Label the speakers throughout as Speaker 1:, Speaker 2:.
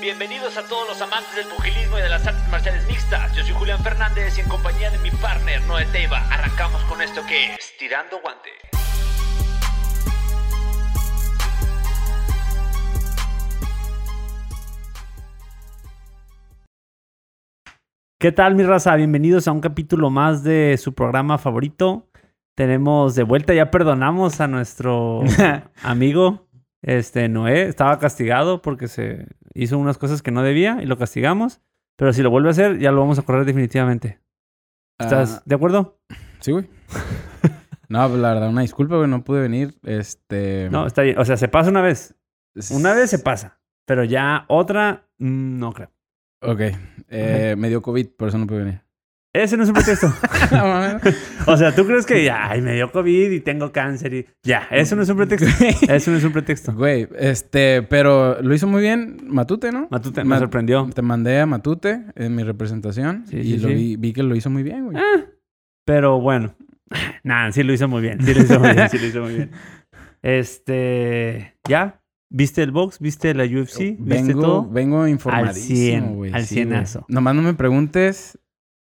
Speaker 1: Bienvenidos a todos los amantes del pugilismo y de las artes marciales mixtas. Yo soy Julián Fernández y en compañía de mi partner Noé Teiva arrancamos con esto que es Tirando Guante.
Speaker 2: ¿Qué tal mi raza? Bienvenidos a un capítulo más de su programa favorito. Tenemos de vuelta, ya perdonamos a nuestro amigo este Noé. Estaba castigado porque se hizo unas cosas que no debía y lo castigamos. Pero si lo vuelve a hacer, ya lo vamos a correr definitivamente. ¿Estás
Speaker 3: Ah,
Speaker 2: de acuerdo?
Speaker 3: sí, güey. no, pues, la verdad, una disculpa, güey. No pude venir. Este.
Speaker 2: No, está bien. O sea, se pasa una vez.
Speaker 3: s-
Speaker 2: Una vez se pasa. Pero ya otra, mm, no creo.
Speaker 3: Ok. Eh, Me dio COVID, por eso no pude venir.
Speaker 2: Ese no es un pretexto.
Speaker 3: No, mames.
Speaker 2: O sea, ¿tú crees que ya, ay, me dio COVID y tengo cáncer y ya? Eso no es un pretexto. Eso no es un pretexto.
Speaker 3: Güey, este, pero lo hizo muy bien Matute, ¿no?
Speaker 2: Matute, me
Speaker 3: Ma-
Speaker 2: sorprendió.
Speaker 3: Te mandé a Matute en mi representación
Speaker 2: Sí,
Speaker 3: y
Speaker 2: sí,
Speaker 3: lo
Speaker 2: sí. Ah,
Speaker 3: Vi, vi que lo hizo muy bien, güey.
Speaker 2: Pero bueno. Nada, sí lo hizo muy bien. Sí lo hizo muy bien. Sí lo hizo muy bien. Este. ¿Ya? ¿Viste el box? ¿Viste la UFC? ¿Viste
Speaker 3: vengo,
Speaker 2: todo?
Speaker 3: vengo
Speaker 2: cien,
Speaker 3: informadísimo, güey.
Speaker 2: al
Speaker 3: güey.
Speaker 2: cienazo.
Speaker 3: Nomás no me preguntes.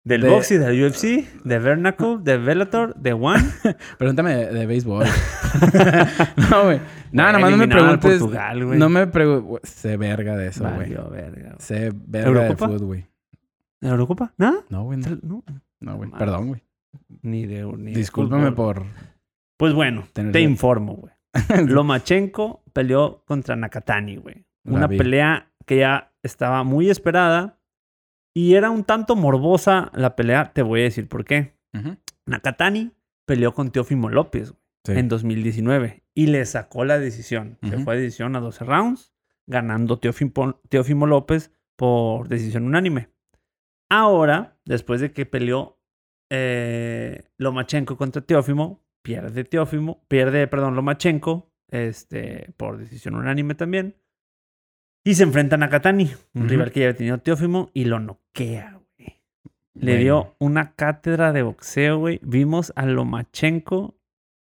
Speaker 2: Del
Speaker 3: de-
Speaker 2: box y de la UFC, de Vernacle, de Bellator, de One.
Speaker 3: Pregúntame de, de béisbol. no, güey. No,
Speaker 2: Güey,
Speaker 3: nomás no me
Speaker 2: eliminaron al
Speaker 3: preguntes.
Speaker 2: Portugal, güey.
Speaker 3: no me preguntes. Se verga de eso, güey.
Speaker 2: Valió verga, güey.
Speaker 3: Se verga de
Speaker 2: ¿Eurocopa?
Speaker 3: fútbol, güey.
Speaker 2: ¿De Eurocopa? ¿Nada?
Speaker 3: No, güey. No,
Speaker 2: No,
Speaker 3: no, güey.
Speaker 2: Mames.
Speaker 3: Perdón, güey.
Speaker 2: ni de. Ni de
Speaker 3: Discúlpame
Speaker 2: fútbol.
Speaker 3: por.
Speaker 2: Pues bueno,
Speaker 3: tener-
Speaker 2: te informo, güey. Lomachenko peleó contra Nakatani, güey.
Speaker 3: La
Speaker 2: Una
Speaker 3: vi.
Speaker 2: pelea que ya estaba muy esperada y era un tanto morbosa la pelea. Te voy a decir por qué.
Speaker 3: Ujú.
Speaker 2: Nakatani peleó con Teófimo López güey,
Speaker 3: Sí.
Speaker 2: en 2019 y le sacó la decisión. Se
Speaker 3: Ujú.
Speaker 2: fue a decisión a 12 rounds, ganando Teófimo, Teófimo López por decisión unánime. Ahora, después de que peleó eh, Lomachenko contra Teófimo, pierde Teófimo, pierde, perdón, Lomachenko, este, por decisión unánime también. Y se enfrenta a Nakatani, un
Speaker 3: Ujú.
Speaker 2: rival que ya había tenido Teófimo, y lo noquea, güey. Le
Speaker 3: Güey.
Speaker 2: dio una cátedra de boxeo, güey. Vimos a Lomachenko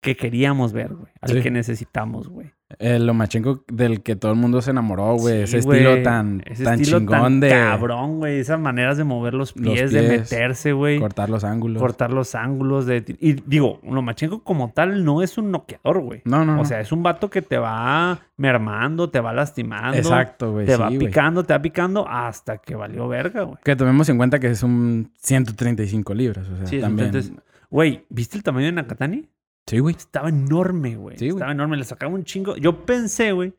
Speaker 2: que queríamos ver, güey. Al
Speaker 3: Sí.
Speaker 2: que necesitamos, güey.
Speaker 3: El Lomachenko del que todo el mundo se enamoró, güey.
Speaker 2: Sí,
Speaker 3: ese estilo
Speaker 2: güey.
Speaker 3: tan,
Speaker 2: Ese
Speaker 3: tan
Speaker 2: estilo
Speaker 3: chingón
Speaker 2: tan
Speaker 3: de
Speaker 2: Cabrón, güey. Esas maneras de mover los
Speaker 3: Los
Speaker 2: pies, de
Speaker 3: pies,
Speaker 2: meterse, güey.
Speaker 3: cortar los ángulos.
Speaker 2: Cortar los ángulos. de Y digo, Lomachenko como tal no es un noqueador, güey.
Speaker 3: No, no. no.
Speaker 2: O sea, es un vato que te va mermando, te va lastimando.
Speaker 3: exacto, güey.
Speaker 2: Te
Speaker 3: sí,
Speaker 2: va
Speaker 3: güey.
Speaker 2: picando, te va picando hasta que valió verga, güey.
Speaker 3: Que tomemos en cuenta que es un 135 libras. O sea,
Speaker 2: Sí, es un
Speaker 3: también.
Speaker 2: 135. Güey, ¿viste el tamaño de Nakatani?
Speaker 3: Sí, güey.
Speaker 2: Estaba enorme, güey.
Speaker 3: Sí, güey.
Speaker 2: Estaba enorme. Le sacaba un chingo. Yo pensé, güey,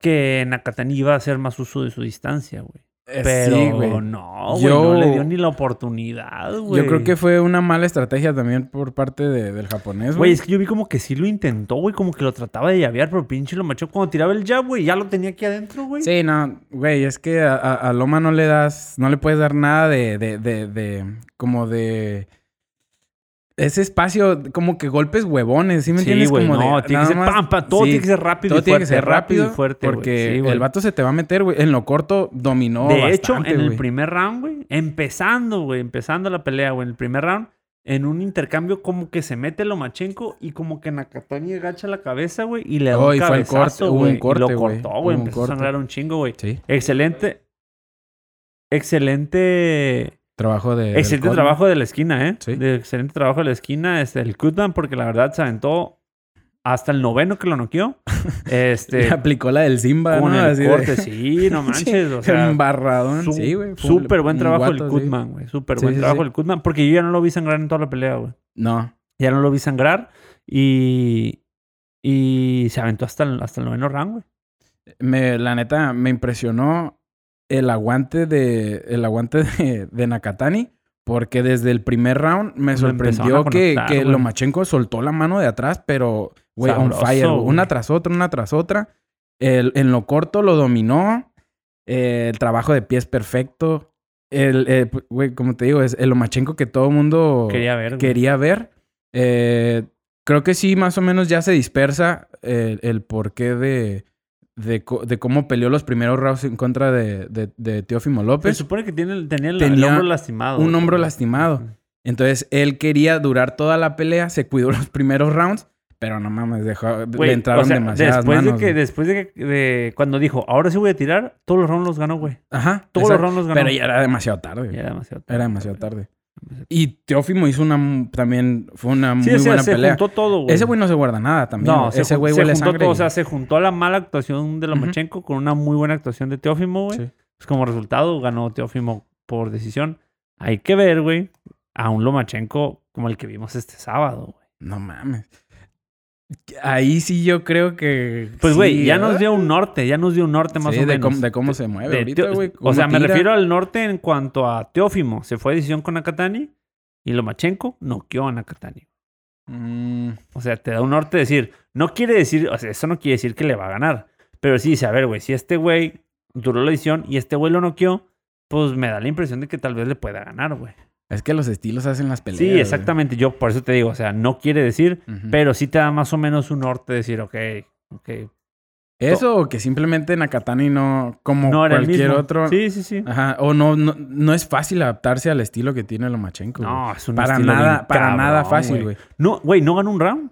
Speaker 2: que Nakatani iba a hacer más uso de su distancia, güey.
Speaker 3: Eh,
Speaker 2: Pero
Speaker 3: sí, güey.
Speaker 2: no, güey. No
Speaker 3: Yo-
Speaker 2: le dio ni la oportunidad, güey.
Speaker 3: Yo creo que fue una mala estrategia también por parte de- del
Speaker 2: Güey,
Speaker 3: japonés, güey.
Speaker 2: es que yo vi como que sí lo intentó, güey. Como que lo trataba de llavear, pero pinche lo machó. Cuando tiraba el jab, güey, ya lo tenía aquí adentro, güey.
Speaker 3: Sí, no, güey, es que a, a- a Loma no le das, no le puedes dar nada de, de, de, de- como de ese espacio, como que golpes huevones, ¿sí me
Speaker 2: Sí,
Speaker 3: entiendes?
Speaker 2: güey.
Speaker 3: Como de
Speaker 2: No, tiene
Speaker 3: nada
Speaker 2: que ser
Speaker 3: más-
Speaker 2: pampa. Todo
Speaker 3: sí,
Speaker 2: tiene que ser rápido
Speaker 3: todo
Speaker 2: y fuerte.
Speaker 3: tiene que ser rápido,
Speaker 2: y fuerte, güey. Sí,
Speaker 3: porque
Speaker 2: güey.
Speaker 3: el vato se te va a meter, güey. En lo corto dominó
Speaker 2: De hecho,
Speaker 3: Oh, bastante,
Speaker 2: en el
Speaker 3: güey.
Speaker 2: primer round, güey, empezando, güey, empezando la pelea, güey, en el primer round, en un intercambio como que se mete Lomachenko y como que Nakatani agacha la cabeza, güey, y le da
Speaker 3: Oh,
Speaker 2: un
Speaker 3: y fue el corte,
Speaker 2: cabezazo,
Speaker 3: hubo un
Speaker 2: güey, y
Speaker 3: corte,
Speaker 2: lo
Speaker 3: güey,
Speaker 2: cortó,
Speaker 3: hubo
Speaker 2: güey,
Speaker 3: un
Speaker 2: empezó
Speaker 3: corte.
Speaker 2: a sangrar un chingo, güey.
Speaker 3: Sí,
Speaker 2: Excelente, excelente,
Speaker 3: trabajo de... del
Speaker 2: excelente
Speaker 3: Cosmo.
Speaker 2: trabajo de la esquina, ¿eh?
Speaker 3: Sí.
Speaker 2: De excelente trabajo de la esquina, este, el Kutman, porque la verdad se aventó hasta el noveno que lo noqueó,
Speaker 3: Le
Speaker 2: este,
Speaker 3: aplicó la del Simba,
Speaker 2: con
Speaker 3: ¿no?
Speaker 2: el
Speaker 3: Así de-
Speaker 2: corte, sí, no manches, o sea...
Speaker 3: embarradón.
Speaker 2: Su-
Speaker 3: sí, güey. fue un-
Speaker 2: Súper buen
Speaker 3: un
Speaker 2: trabajo
Speaker 3: guato,
Speaker 2: el
Speaker 3: sí.
Speaker 2: Kutman, güey. Súper
Speaker 3: Sí,
Speaker 2: buen
Speaker 3: sí,
Speaker 2: trabajo
Speaker 3: sí.
Speaker 2: el Kutman. Porque yo ya no lo vi sangrar en toda la pelea, güey.
Speaker 3: No,
Speaker 2: Ya no lo vi sangrar y. Y se aventó hasta el, hasta el noveno round, güey.
Speaker 3: Me, la neta, me impresionó el aguante de, el aguante de, de Nakatani. Porque desde el primer round me
Speaker 2: Lo empezaron a
Speaker 3: sorprendió que,
Speaker 2: conectar,
Speaker 3: que
Speaker 2: güey.
Speaker 3: Lomachenko soltó la mano de atrás, pero, güey, on
Speaker 2: Sabroso,
Speaker 3: fire. güey. Una
Speaker 2: güey.
Speaker 3: tras otra, una tras otra. El- en lo corto lo dominó. Eh, el trabajo de pies perfecto. El, eh, pu- güey, como te digo, es el Lomachenko que todo el mundo
Speaker 2: Quería ver, güey.
Speaker 3: Oh, quería ver. Eh, creo que sí, más o menos ya se dispersa el, el porqué de, de, co- de cómo peleó los primeros rounds en contra de, de, de Teófimo
Speaker 2: Se
Speaker 3: López.
Speaker 2: supone que tiene, el- tenía el, el
Speaker 3: pues, tenía
Speaker 2: hombro lastimado.
Speaker 3: un
Speaker 2: güey.
Speaker 3: hombro lastimado. Entonces, él quería durar toda la pelea, se cuidó los primeros rounds, Pero no mames, dejó,
Speaker 2: Güey,
Speaker 3: le entraron
Speaker 2: o sea,
Speaker 3: demasiadas
Speaker 2: después
Speaker 3: manos.
Speaker 2: De que,
Speaker 3: güey.
Speaker 2: después de que, de- cuando dijo, ahora sí voy a tirar, todos los rounds los ganó, güey.
Speaker 3: Ajá.
Speaker 2: Todos
Speaker 3: exacto.
Speaker 2: los rounds los ganó.
Speaker 3: Pero ya era demasiado tarde. güey.
Speaker 2: Ya era demasiado.
Speaker 3: Era demasiado tarde.
Speaker 2: Demasiado.
Speaker 3: Y Teófimo hizo una m- también fue una
Speaker 2: Sí,
Speaker 3: muy
Speaker 2: o sea,
Speaker 3: buena
Speaker 2: se
Speaker 3: pelea.
Speaker 2: juntó todo, güey.
Speaker 3: Ese güey no se guarda nada también.
Speaker 2: No,
Speaker 3: güey. ese
Speaker 2: jun-
Speaker 3: güey
Speaker 2: se
Speaker 3: huele
Speaker 2: juntó
Speaker 3: sangre.
Speaker 2: todo,
Speaker 3: y-
Speaker 2: o sea, se juntó la mala actuación de Lomachenko con una muy buena actuación de Teófimo, güey.
Speaker 3: Sí.
Speaker 2: Pues como resultado ganó Teófimo por decisión. Hay que ver, güey, a un Lomachenko como el que vimos este sábado, güey.
Speaker 3: No mames. Ahí sí yo creo que
Speaker 2: Pues,
Speaker 3: sí,
Speaker 2: güey, ya
Speaker 3: ¿verdad?
Speaker 2: nos dio un norte, ya nos dio un norte más
Speaker 3: Sí,
Speaker 2: o
Speaker 3: de
Speaker 2: menos.
Speaker 3: cómo, de cómo se mueve
Speaker 2: de
Speaker 3: ahorita,
Speaker 2: Teo-
Speaker 3: güey.
Speaker 2: o sea, me refiero al norte en cuanto a Teófimo. Se fue a decisión con Nakatani y Lomachenko noqueó a Nakatani.
Speaker 3: Mm,
Speaker 2: O sea, te da un norte decir, no quiere decir, o sea, eso no quiere decir que le va a ganar. Pero sí dice, a ver, güey, si este güey duró la edición y este güey lo noqueó, pues me da la impresión de que tal vez le pueda ganar, güey.
Speaker 3: Es que los estilos hacen las peleas.
Speaker 2: Sí,
Speaker 3: güey. Mm.
Speaker 2: exactamente. Yo por eso te digo, o sea, no quiere decir,
Speaker 3: Ujú.
Speaker 2: pero sí te da más o menos un norte de decir, ok, ok.
Speaker 3: Eso o que simplemente Nakatani no, como
Speaker 2: No era el
Speaker 3: cualquier
Speaker 2: mismo.
Speaker 3: otro. Ah,
Speaker 2: Sí, sí, sí.
Speaker 3: Ajá. O no, no, no es fácil adaptarse al estilo que tiene Lomachenko. güey.
Speaker 2: No, es un
Speaker 3: para
Speaker 2: estilo
Speaker 3: nada,
Speaker 2: bien
Speaker 3: para nada
Speaker 2: cabrón,
Speaker 3: fácil, güey.
Speaker 2: No, güey, no ganó un round.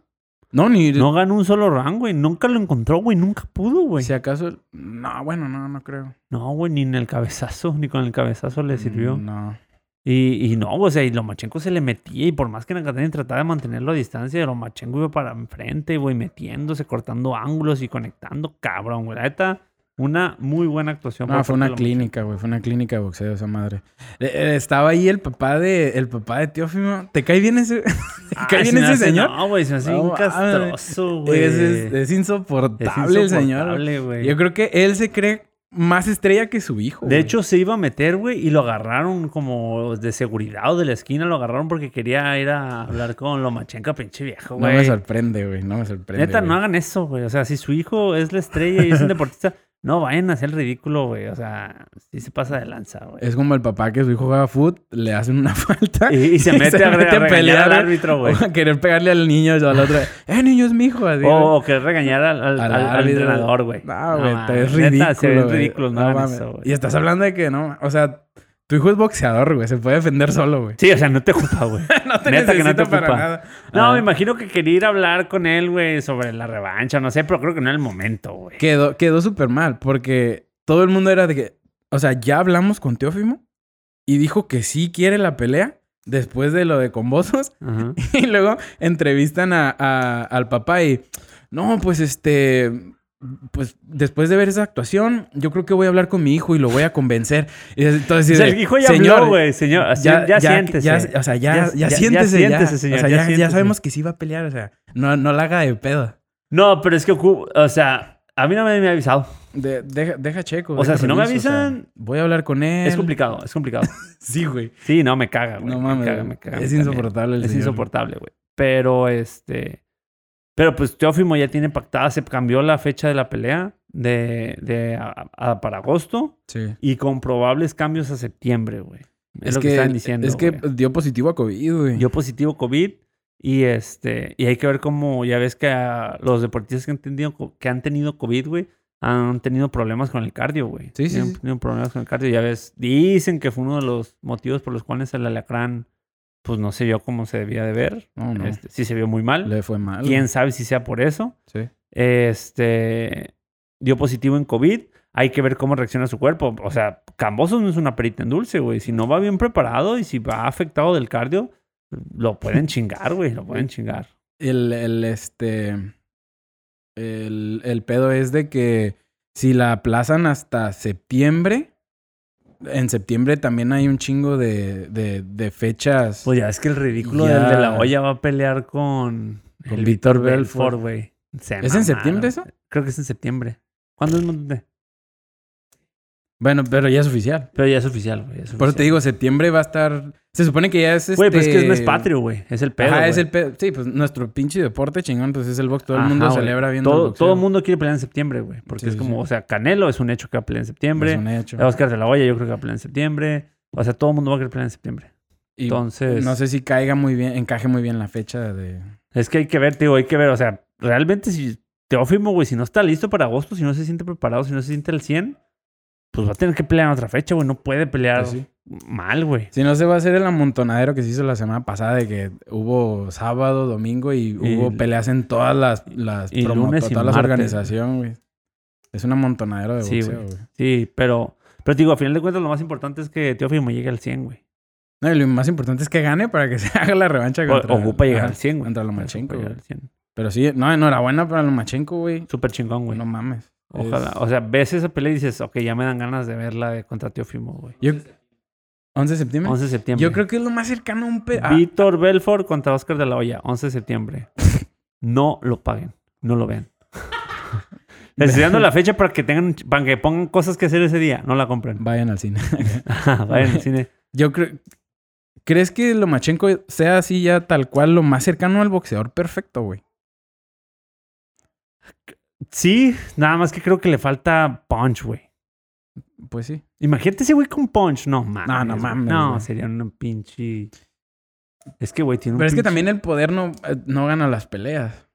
Speaker 3: No, ni
Speaker 2: No ganó un solo round, güey. Nunca lo encontró, güey. Nunca pudo, güey.
Speaker 3: si acaso. No, bueno, no, no creo.
Speaker 2: No, güey, ni en el cabezazo, ni con el cabezazo le sirvió.
Speaker 3: Mm, No.
Speaker 2: Y, y no, o sea, y Lomachenko se le metía y por más que Nakatani trataba de mantenerlo a distancia, Lomachenko iba para enfrente, güey, metiéndose, cortando ángulos y conectando, cabrón, güey. La neta, una muy buena actuación.
Speaker 3: No,
Speaker 2: por parte
Speaker 3: fue una
Speaker 2: de Lomachenko.
Speaker 3: clínica, güey. Fue una clínica de boxeo esa madre. Eh, eh, estaba ahí el papá de el papá de Teófimo. ¿Te cae bien ese? ¿Te
Speaker 2: Ah,
Speaker 3: cae
Speaker 2: se
Speaker 3: bien
Speaker 2: me
Speaker 3: ese
Speaker 2: hace-
Speaker 3: señor?
Speaker 2: No, güey, se me hace
Speaker 3: No
Speaker 2: bien
Speaker 3: mames.
Speaker 2: castroso, güey.
Speaker 3: Es, es- es insoportable el señor. güey.
Speaker 2: insoportable, güey.
Speaker 3: Yo creo que él se cree más estrella que su hijo.
Speaker 2: De
Speaker 3: güey.
Speaker 2: hecho, se iba a meter, güey, y lo agarraron como de seguridad o de la esquina, lo agarraron porque quería ir a hablar con Lomachenko, pinche viejo,
Speaker 3: no
Speaker 2: güey.
Speaker 3: me sorprende, güey. No me sorprende.
Speaker 2: Neta, no
Speaker 3: güey.
Speaker 2: hagan eso, güey. O sea, si su hijo es la estrella y es un deportista, no vayan a hacer el ridículo, güey. O sea, sí se pasa de lanza, güey.
Speaker 3: Es como el papá que su hijo juega foot, le hacen una falta.
Speaker 2: Y, y se mete a, re- a regañar
Speaker 3: ¿eh?
Speaker 2: al árbitro,
Speaker 3: güey.
Speaker 2: güey.
Speaker 3: O a querer pegarle al niño o al otro. ¡Eh, niño, es mi hijo! Así, güey.
Speaker 2: O, o que regañar al, al-
Speaker 3: Al
Speaker 2: al- al
Speaker 3: árbitro.
Speaker 2: entrenador, güey.
Speaker 3: No, güey,
Speaker 2: mames,
Speaker 3: te es
Speaker 2: neta,
Speaker 3: ridículo.
Speaker 2: se ven
Speaker 3: güey.
Speaker 2: ridículos, no,
Speaker 3: No
Speaker 2: hagan
Speaker 3: mames.
Speaker 2: eso, güey.
Speaker 3: Y estás hablando de que no, o sea, tu hijo es boxeador, güey, se puede defender solo, güey.
Speaker 2: Sí, o sea, no te ocupa, güey.
Speaker 3: No te
Speaker 2: Neta que no te
Speaker 3: necesita para
Speaker 2: ocupa.
Speaker 3: nada.
Speaker 2: No,
Speaker 3: Ah.
Speaker 2: me imagino que quería ir a hablar con él, güey, sobre la revancha, no sé, pero creo que no era el momento, güey.
Speaker 3: Quedó, quedó súper mal, porque todo el mundo era de que, o sea, ya hablamos con Teófimo y dijo que sí quiere la pelea después de lo de Combozos
Speaker 2: Ajá.
Speaker 3: y luego entrevistan a, a- al papá y, no, pues este, pues después de ver esa actuación, yo creo que voy a hablar con mi hijo y lo voy a convencer. Y entonces,
Speaker 2: O sea,
Speaker 3: de,
Speaker 2: el hijo ya
Speaker 3: "Señor,
Speaker 2: habló, güey. Señor, así- ya, siéntese.
Speaker 3: ya- o sea, ya,
Speaker 2: Ya-
Speaker 3: ya
Speaker 2: ya- ya
Speaker 3: siéntese. Ya,
Speaker 2: siéntese, señor,
Speaker 3: O sea,
Speaker 2: ya
Speaker 3: ya, ya
Speaker 2: siéntese.
Speaker 3: sabemos que sí va a pelear. O sea, no, no la haga de pedo.
Speaker 2: No, pero es que, ocu- o sea, a mí no me había avisado.
Speaker 3: De- deja, deja checo.
Speaker 2: O sea,
Speaker 3: deja
Speaker 2: si no me
Speaker 3: reviso, o sea,
Speaker 2: avisan,
Speaker 3: voy a hablar con él.
Speaker 2: Es complicado, es complicado.
Speaker 3: Sí, güey.
Speaker 2: Sí, no, me caga, güey.
Speaker 3: Em, No
Speaker 2: Me
Speaker 3: mames.
Speaker 2: caga,
Speaker 3: güey.
Speaker 2: me caga.
Speaker 3: es
Speaker 2: a mí también.
Speaker 3: insoportable el
Speaker 2: Es
Speaker 3: señor.
Speaker 2: insoportable, güey. Pero este. Pero pues Teófimo ya tiene pactada, se cambió la fecha de la pelea de, de a- a- para agosto
Speaker 3: Sí.
Speaker 2: y con probables cambios a septiembre, güey. Es, lo que, están diciendo.
Speaker 3: Es que
Speaker 2: güey.
Speaker 3: dio positivo a COVID, güey.
Speaker 2: Dio positivo COVID y este y hay que ver cómo ya ves que a los deportistas que han tenido co- que han tenido COVID, güey, han tenido problemas con el cardio, güey.
Speaker 3: Sí, sí,
Speaker 2: Han
Speaker 3: sí.
Speaker 2: tenido problemas con el cardio, ya ves. Dicen que fue uno de los motivos por los cuales el alacrán pues no se vio como se debía de ver.
Speaker 3: No, no.
Speaker 2: Este, sí se vio muy mal.
Speaker 3: Le fue mal.
Speaker 2: Quién sabe si sea por eso.
Speaker 3: Sí.
Speaker 2: Este dio positivo en COVID. Hay que ver cómo reacciona su cuerpo. O sea, Cambosos no es una perita en dulce, güey. Si no va bien preparado y si va afectado del cardio, lo pueden chingar, güey. Lo pueden chingar.
Speaker 3: El, el, este. El, el pedo es de que si la aplazan hasta septiembre. En septiembre también hay un chingo de, de, de fechas.
Speaker 2: Pues ya es que el ridículo
Speaker 3: Ya.
Speaker 2: del de la olla va a pelear con,
Speaker 3: Con
Speaker 2: el
Speaker 3: Víctor
Speaker 2: Víctor Belfort,
Speaker 3: Belfort.
Speaker 2: güey. Se
Speaker 3: ¿Es en septiembre
Speaker 2: mamaron.
Speaker 3: eso?
Speaker 2: Creo que es en septiembre. ¿Cuándo es? Monte?
Speaker 3: Bueno, pero ya es oficial.
Speaker 2: Pero ya es oficial, güey.
Speaker 3: Por eso te digo, septiembre va a estar. Se supone que ya es.
Speaker 2: Güey, pues es que es mes
Speaker 3: este,
Speaker 2: patrio, güey. Es el pedo.
Speaker 3: Ajá, es
Speaker 2: güey.
Speaker 3: el pedo. Sí, pues nuestro pinche deporte chingón, pues es el box. Todo el
Speaker 2: Ajá,
Speaker 3: mundo
Speaker 2: güey.
Speaker 3: celebra viendo el
Speaker 2: Todo,
Speaker 3: boxeo.
Speaker 2: todo el mundo quiere pelear en septiembre, güey. Porque
Speaker 3: Sí,
Speaker 2: es
Speaker 3: sí,
Speaker 2: como,
Speaker 3: sí.
Speaker 2: o sea, Canelo es un hecho que va a pelear en septiembre.
Speaker 3: Es un hecho.
Speaker 2: Oscar de la Hoya yo creo que va a pelear en septiembre. O sea, todo el mundo va a querer pelear en septiembre.
Speaker 3: Y
Speaker 2: Entonces,
Speaker 3: No sé si caiga muy bien, encaje muy bien la fecha de.
Speaker 2: es que hay que ver, tío, hay que ver. O sea, realmente si Teófimo, güey, si no está listo para agosto, si no se siente preparado, si no se siente al 100, pues va a tener que pelear en otra fecha, güey. No puede pelear
Speaker 3: Pues sí.
Speaker 2: mal, güey.
Speaker 3: Si no se va a hacer el amontonadero que se hizo la semana pasada de que hubo sábado, domingo y hubo
Speaker 2: Y-
Speaker 3: peleas en todas las, las
Speaker 2: y
Speaker 3: promo-
Speaker 2: lunes y
Speaker 3: todas las
Speaker 2: martes.
Speaker 3: organizaciones, güey. Es un amontonadero de
Speaker 2: Sí,
Speaker 3: boxeo, güey.
Speaker 2: Sí, pero, pero te digo, a final de cuentas lo más importante es que Teófimo llegue al 100, güey.
Speaker 3: No, y lo más importante es que gane para que se haga la revancha
Speaker 2: O-
Speaker 3: contra...
Speaker 2: Ocupa llegar
Speaker 3: ajá,
Speaker 2: al 100, güey.
Speaker 3: Contra
Speaker 2: Ocupa
Speaker 3: Lomachenko,
Speaker 2: llegar
Speaker 3: güey.
Speaker 2: al 100.
Speaker 3: Pero sí, no, enhorabuena para Lomachenko, güey.
Speaker 2: Súper chingón, güey.
Speaker 3: No mames.
Speaker 2: Ojalá.
Speaker 3: Es-
Speaker 2: O sea, ves esa pelea y dices, ok, ya me dan ganas de verla de contra Teófimo, güey.
Speaker 3: Yo- 11 de septiembre.
Speaker 2: 11 de septiembre.
Speaker 3: Yo creo que es lo más cercano a un... pe- a-
Speaker 2: Víctor Belfort contra Oscar de la Hoya, 11 de septiembre. No lo paguen, no lo vean. Les estoy dando la fecha para que tengan, para que pongan cosas que hacer ese día. No la compren.
Speaker 3: Vayan al cine.
Speaker 2: Vayan al cine.
Speaker 3: Yo creo... ¿Crees que Lomachenko sea así ya tal cual lo más cercano al boxeador perfecto, güey?
Speaker 2: Sí, nada más que creo que le falta punch, güey.
Speaker 3: Pues sí.
Speaker 2: Imagínate ese güey con punch. No mames.
Speaker 3: No, no
Speaker 2: güey.
Speaker 3: mames,
Speaker 2: No,
Speaker 3: güey.
Speaker 2: sería un pinche. Es que, güey, tiene un.
Speaker 3: Pero es que
Speaker 2: pinche-
Speaker 3: también el poder no, eh, no gana las peleas.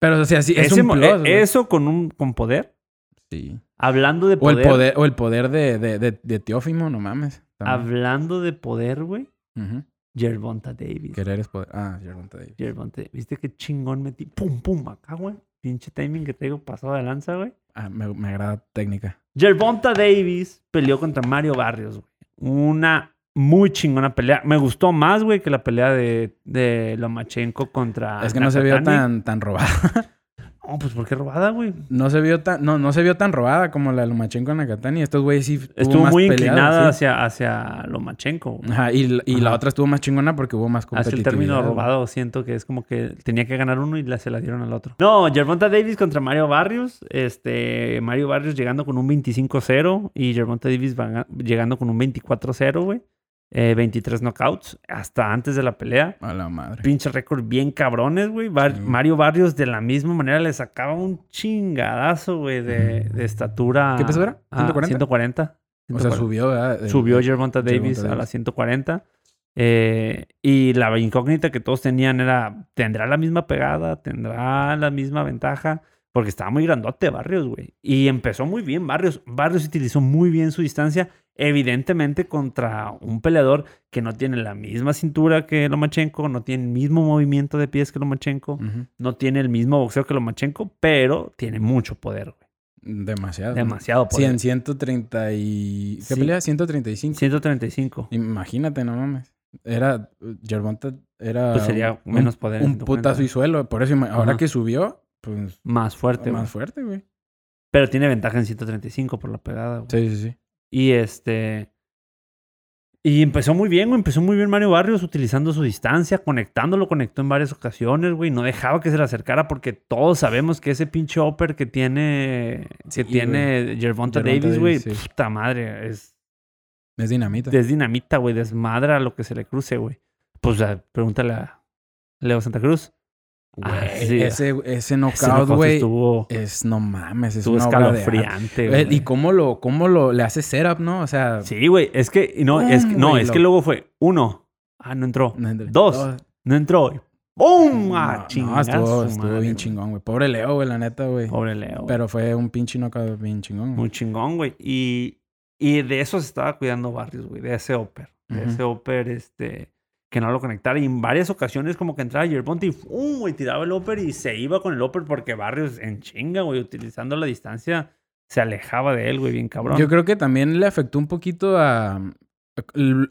Speaker 3: Pero, o sea, sí, es
Speaker 2: Ese
Speaker 3: un
Speaker 2: mo-
Speaker 3: plus,
Speaker 2: eh,
Speaker 3: güey.
Speaker 2: Eso con un con poder.
Speaker 3: Sí.
Speaker 2: Hablando de
Speaker 3: O
Speaker 2: poder.
Speaker 3: el poder, o el poder de, de, de, de Teófimo, no mames. También.
Speaker 2: Hablando de poder, güey.
Speaker 3: Ujú.
Speaker 2: Gervonta Davis.
Speaker 3: Querer es poder. Ah, Jerome Davis.
Speaker 2: Gervonta- ¿Viste qué chingón metí? Pum, pum, acá, güey. Pinche timing que traigo pasado de lanza, güey.
Speaker 3: Ah, me, me agrada técnica.
Speaker 2: Gervonta Davis peleó contra Mario Barrios, güey. Una muy chingona pelea. Me gustó más, güey, que la pelea de, de Lomachenko contra.
Speaker 3: es que no se vio
Speaker 2: Ah, Nakatani.
Speaker 3: tan, tan robada.
Speaker 2: No, pues porque robada, güey.
Speaker 3: No se vio tan, no, no se vio tan robada como la de Lomachenko en Nakatani. Estos güeyes sí tuvo
Speaker 2: Estuvo
Speaker 3: más
Speaker 2: muy
Speaker 3: peleadas,
Speaker 2: inclinada
Speaker 3: sí.
Speaker 2: hacia, hacia Lomachenko. güey.
Speaker 3: Ajá, y, la- y la
Speaker 2: Ajá.
Speaker 3: otra estuvo más chingona porque hubo más
Speaker 2: Hacia el
Speaker 3: competitividad.
Speaker 2: término
Speaker 3: güey.
Speaker 2: robado, siento que es como que tenía que ganar uno y la, se la dieron al otro. No, Gervonta Davis contra Mario Barrios. Este, Mario Barrios llegando con un 25-0 y Gervonta Davis va- llegando con un 24-0, güey. Eh, 23 knockouts hasta antes de la pelea.
Speaker 3: A la madre.
Speaker 2: Pinche récord bien cabrones, güey. Bar-
Speaker 3: Sí.
Speaker 2: Mario Barrios de la misma manera le sacaba un chingadazo, güey, de, de estatura.
Speaker 3: ¿Qué peso era?
Speaker 2: Ah,
Speaker 3: 140.
Speaker 2: 140.
Speaker 3: O sea,
Speaker 2: 140.
Speaker 3: subió, ¿verdad? El-
Speaker 2: Subió Gervonta
Speaker 3: Eh, Gervonta
Speaker 2: Davis a
Speaker 3: Davis.
Speaker 2: la 140. eh, y la incógnita que todos tenían era, ¿tendrá la misma pegada? ¿Tendrá la misma ventaja? Porque estaba muy grandote Barrios, güey. Y empezó muy bien Barrios. Barrios utilizó muy bien su distancia, evidentemente contra un peleador que no tiene la misma cintura que Lomachenko, no tiene el mismo movimiento de pies que Lomachenko,
Speaker 3: Ujú.
Speaker 2: no tiene el mismo boxeo que Lomachenko, pero tiene mucho poder, güey.
Speaker 3: Demasiado.
Speaker 2: Demasiado
Speaker 3: Sí,
Speaker 2: poder.
Speaker 3: en 130 y... ¿Qué
Speaker 2: Sí.
Speaker 3: pelea? 135.
Speaker 2: 135.
Speaker 3: Imagínate, no mames. Era... Gervonta era...
Speaker 2: Pues sería
Speaker 3: un-
Speaker 2: menos poder. en
Speaker 3: Un
Speaker 2: 140.
Speaker 3: putazo y suelo. Por eso, ima- ahora
Speaker 2: Ajá.
Speaker 3: que subió, pues...
Speaker 2: Más fuerte, güey.
Speaker 3: más fuerte, güey.
Speaker 2: Pero tiene ventaja en 135 por la pegada, güey.
Speaker 3: Sí, sí, sí.
Speaker 2: Y este. Y empezó muy bien, güey. Empezó muy bien Mario Barrios utilizando su distancia, conectándolo, conectó en varias ocasiones, güey. No dejaba que se le acercara porque todos sabemos que ese pinche upper que tiene. Que
Speaker 3: Sí,
Speaker 2: tiene Gervonta
Speaker 3: Gervonta
Speaker 2: Davis, güey.
Speaker 3: Davis, sí.
Speaker 2: Puta madre. Es,
Speaker 3: Es dinamita.
Speaker 2: es dinamita, güey. Desmadra lo que se le cruce, güey. Pues ah, pregúntale a Leo Santa Cruz. Ah,
Speaker 3: Güey,
Speaker 2: sí.
Speaker 3: ese, ese
Speaker 2: Ese
Speaker 3: knockout,
Speaker 2: knockout
Speaker 3: güey,
Speaker 2: Estuvo,
Speaker 3: es no mames, es
Speaker 2: estuvo
Speaker 3: una obra de arte.
Speaker 2: escalofriante,
Speaker 3: Eh,
Speaker 2: güey.
Speaker 3: Y cómo lo, cómo lo, le hace setup, ¿no? O sea...
Speaker 2: Sí, güey. Es que, y no,
Speaker 3: ¡Pum!
Speaker 2: es que, no,
Speaker 3: Güey,
Speaker 2: es
Speaker 3: lo-
Speaker 2: que luego fue uno. Ah, no entró.
Speaker 3: no entré.
Speaker 2: Dos. No entró. y ¡Pum!
Speaker 3: No,
Speaker 2: Ah,
Speaker 3: no,
Speaker 2: chingazo,
Speaker 3: estuvo, estuvo
Speaker 2: madre,
Speaker 3: bien
Speaker 2: güey.
Speaker 3: chingón, güey. Pobre Leo, güey, la neta, güey.
Speaker 2: Pobre Leo. Pero,
Speaker 3: Pero fue un pinche knockout bien chingón. güey.
Speaker 2: Muy chingón, güey. Y, y de eso se estaba cuidando Barrios, güey. De ese upper. De
Speaker 3: Ujú.
Speaker 2: ese upper, este. Que no lo conectara. Y en varias ocasiones, como que entraba Yerbonte y ¡pum! güey, tiraba el upper y se iba con el upper porque Barrios en chinga, güey. Utilizando la distancia, se alejaba de él, güey. Bien cabrón.
Speaker 3: Yo creo que también le afectó un poquito a,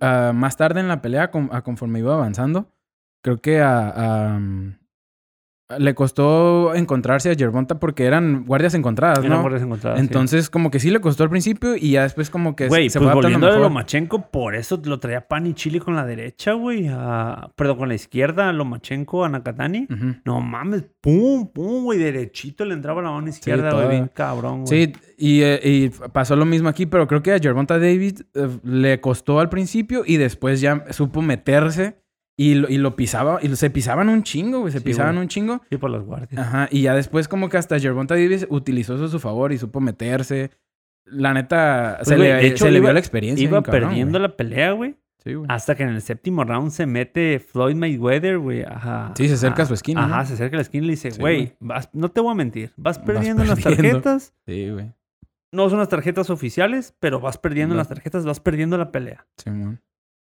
Speaker 3: a- más tarde en la pelea, con- a conforme iba avanzando. Creo que a, a- le costó encontrarse a Gervonta porque eran guardias encontradas,
Speaker 2: Eran
Speaker 3: ¿no?
Speaker 2: guardias encontradas, sí.
Speaker 3: Entonces, como que sí le costó al principio y ya después como que
Speaker 2: Güey,
Speaker 3: se
Speaker 2: pues
Speaker 3: fue adaptando
Speaker 2: volviendo a
Speaker 3: mejor.
Speaker 2: Lomachenko, por eso lo traía pan y chile con la derecha, güey. a- perdón, con la izquierda, a Lomachenko, a Nakatani.
Speaker 3: Ujú.
Speaker 2: No mames, pum, pum, güey, derechito le entraba la mano izquierda, güey,
Speaker 3: toda.
Speaker 2: bien cabrón, güey.
Speaker 3: Sí, y, eh, y pasó lo mismo aquí, pero creo que a Gervonta David eh, le costó al principio y después ya supo meterse y lo, y lo pisaba, y lo- se pisaban un chingo, güey, se
Speaker 2: Sí,
Speaker 3: pisaban
Speaker 2: güey.
Speaker 3: un chingo.
Speaker 2: Sí, por las guardias.
Speaker 3: Ajá, y ya después como que hasta Gervonta Davis utilizó eso a su favor y supo meterse. La neta,
Speaker 2: Pues,
Speaker 3: se,
Speaker 2: güey,
Speaker 3: le,
Speaker 2: de hecho,
Speaker 3: se le
Speaker 2: iba-
Speaker 3: vio la experiencia.
Speaker 2: Iba
Speaker 3: bien cabrón,
Speaker 2: perdiendo la
Speaker 3: güey.
Speaker 2: Ah. pelea, güey,
Speaker 3: Sí, güey.
Speaker 2: hasta que en el séptimo round se mete Floyd Mayweather, güey. Ajá.
Speaker 3: Sí, se acerca
Speaker 2: ajá,
Speaker 3: a su esquina,
Speaker 2: Ajá,
Speaker 3: ¿no?
Speaker 2: se acerca a la esquina y le dice,
Speaker 3: Sí,
Speaker 2: güey,
Speaker 3: güey.
Speaker 2: vas- no te voy a mentir, vas
Speaker 3: Vas
Speaker 2: perdiendo en las
Speaker 3: perdiendo.
Speaker 2: tarjetas.
Speaker 3: Sí, güey.
Speaker 2: No son las tarjetas oficiales, pero vas perdiendo en
Speaker 3: Vas-
Speaker 2: las tarjetas, vas perdiendo la pelea.
Speaker 3: Simón.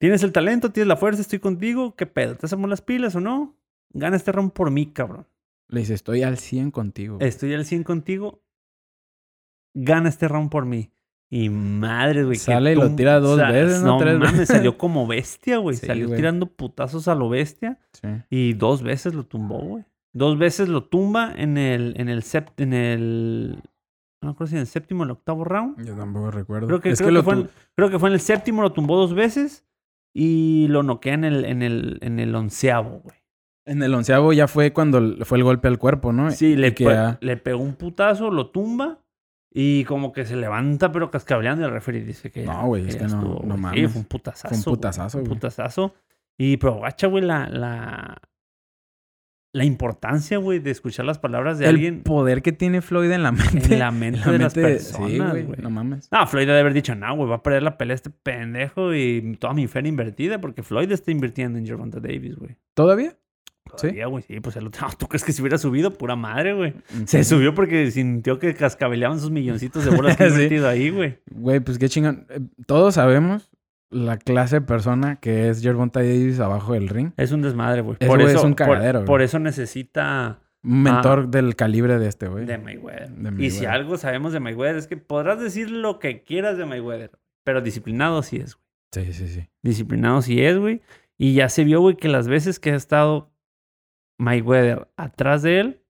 Speaker 2: Tienes el talento, tienes la fuerza, estoy contigo. ¿Qué pedo? ¿Te hacemos las pilas o no? Gana este round por mí, cabrón.
Speaker 3: Le dice, estoy al 100 contigo. güey.
Speaker 2: Estoy al 100 contigo. Gana este round por mí. Y madre, güey. qué
Speaker 3: Sale y lo
Speaker 2: tum-
Speaker 3: tira dos
Speaker 2: o sea,
Speaker 3: veces,
Speaker 2: No
Speaker 3: ¿no? Tres veces.
Speaker 2: mames, salió como bestia, güey.
Speaker 3: Sí,
Speaker 2: salió
Speaker 3: güey.
Speaker 2: tirando putazos a lo bestia.
Speaker 3: Sí.
Speaker 2: Y dos veces lo tumbó, güey. Dos veces lo tumba en el, en el sept, en el. No me acuerdo si en el séptimo o el octavo round.
Speaker 3: Yo tampoco recuerdo.
Speaker 2: Creo que,
Speaker 3: es
Speaker 2: creo,
Speaker 3: que
Speaker 2: que
Speaker 3: lo
Speaker 2: fue
Speaker 3: tu-
Speaker 2: en, creo que fue en el séptimo, lo tumbó dos veces. Y lo noquea en el, en el, en el onceavo, güey.
Speaker 3: en el onceavo ya fue cuando l- fue el golpe al cuerpo, ¿no?
Speaker 2: Sí, le,
Speaker 3: Y que
Speaker 2: pe-
Speaker 3: ya-
Speaker 2: le pegó un putazo, lo tumba. Y como que se levanta, pero cascableando. Y el referee dice que.
Speaker 3: No, güey, es
Speaker 2: ya
Speaker 3: que no-
Speaker 2: estuvo,
Speaker 3: no
Speaker 2: güey.
Speaker 3: mames.
Speaker 2: Sí, fue un putazazo.
Speaker 3: Fue un
Speaker 2: güey,
Speaker 3: putazazo,
Speaker 2: Un
Speaker 3: güey.
Speaker 2: putazazo. Y pero gacha, güey, la, la. La importancia, güey, de escuchar las palabras de
Speaker 3: el
Speaker 2: alguien
Speaker 3: poder que tiene Floyd en la mente.
Speaker 2: en la mente
Speaker 3: en
Speaker 2: de las
Speaker 3: mente de- sí,
Speaker 2: personas, güey.
Speaker 3: No mames.
Speaker 2: No, Floyd debe haber dicho, no, güey, va a perder la pelea este pendejo y toda mi feria invertida porque Floyd está invirtiendo en Gervonta Davis, güey.
Speaker 3: ¿Todavía? Sí.
Speaker 2: Todavía, güey, sí, pues el otro, ¿tú crees que se hubiera subido? Pura madre, güey. Se
Speaker 3: Sí.
Speaker 2: subió porque sintió que cascabeleaban sus milloncitos de bolas que ha
Speaker 3: Sí.
Speaker 2: invertido ahí, güey.
Speaker 3: Güey, pues qué chingón. Eh, Todos sabemos la clase de persona que es Gervonta Davis abajo del ring.
Speaker 2: Es un desmadre, güey.
Speaker 3: Ese
Speaker 2: Por
Speaker 3: güey es
Speaker 2: eso,
Speaker 3: un
Speaker 2: por-
Speaker 3: cagadero,
Speaker 2: por,
Speaker 3: güey.
Speaker 2: eso necesita
Speaker 3: Un mentor del calibre de este, güey.
Speaker 2: Ah. de Mayweather.
Speaker 3: De
Speaker 2: Y si
Speaker 3: Mayweather.
Speaker 2: algo sabemos de Mayweather es que podrás decir lo que quieras de Mayweather, pero disciplinado sí es, güey.
Speaker 3: Sí, sí, sí.
Speaker 2: disciplinado sí es, güey. Y ya se vio, güey, que las veces que ha estado Mayweather atrás de él,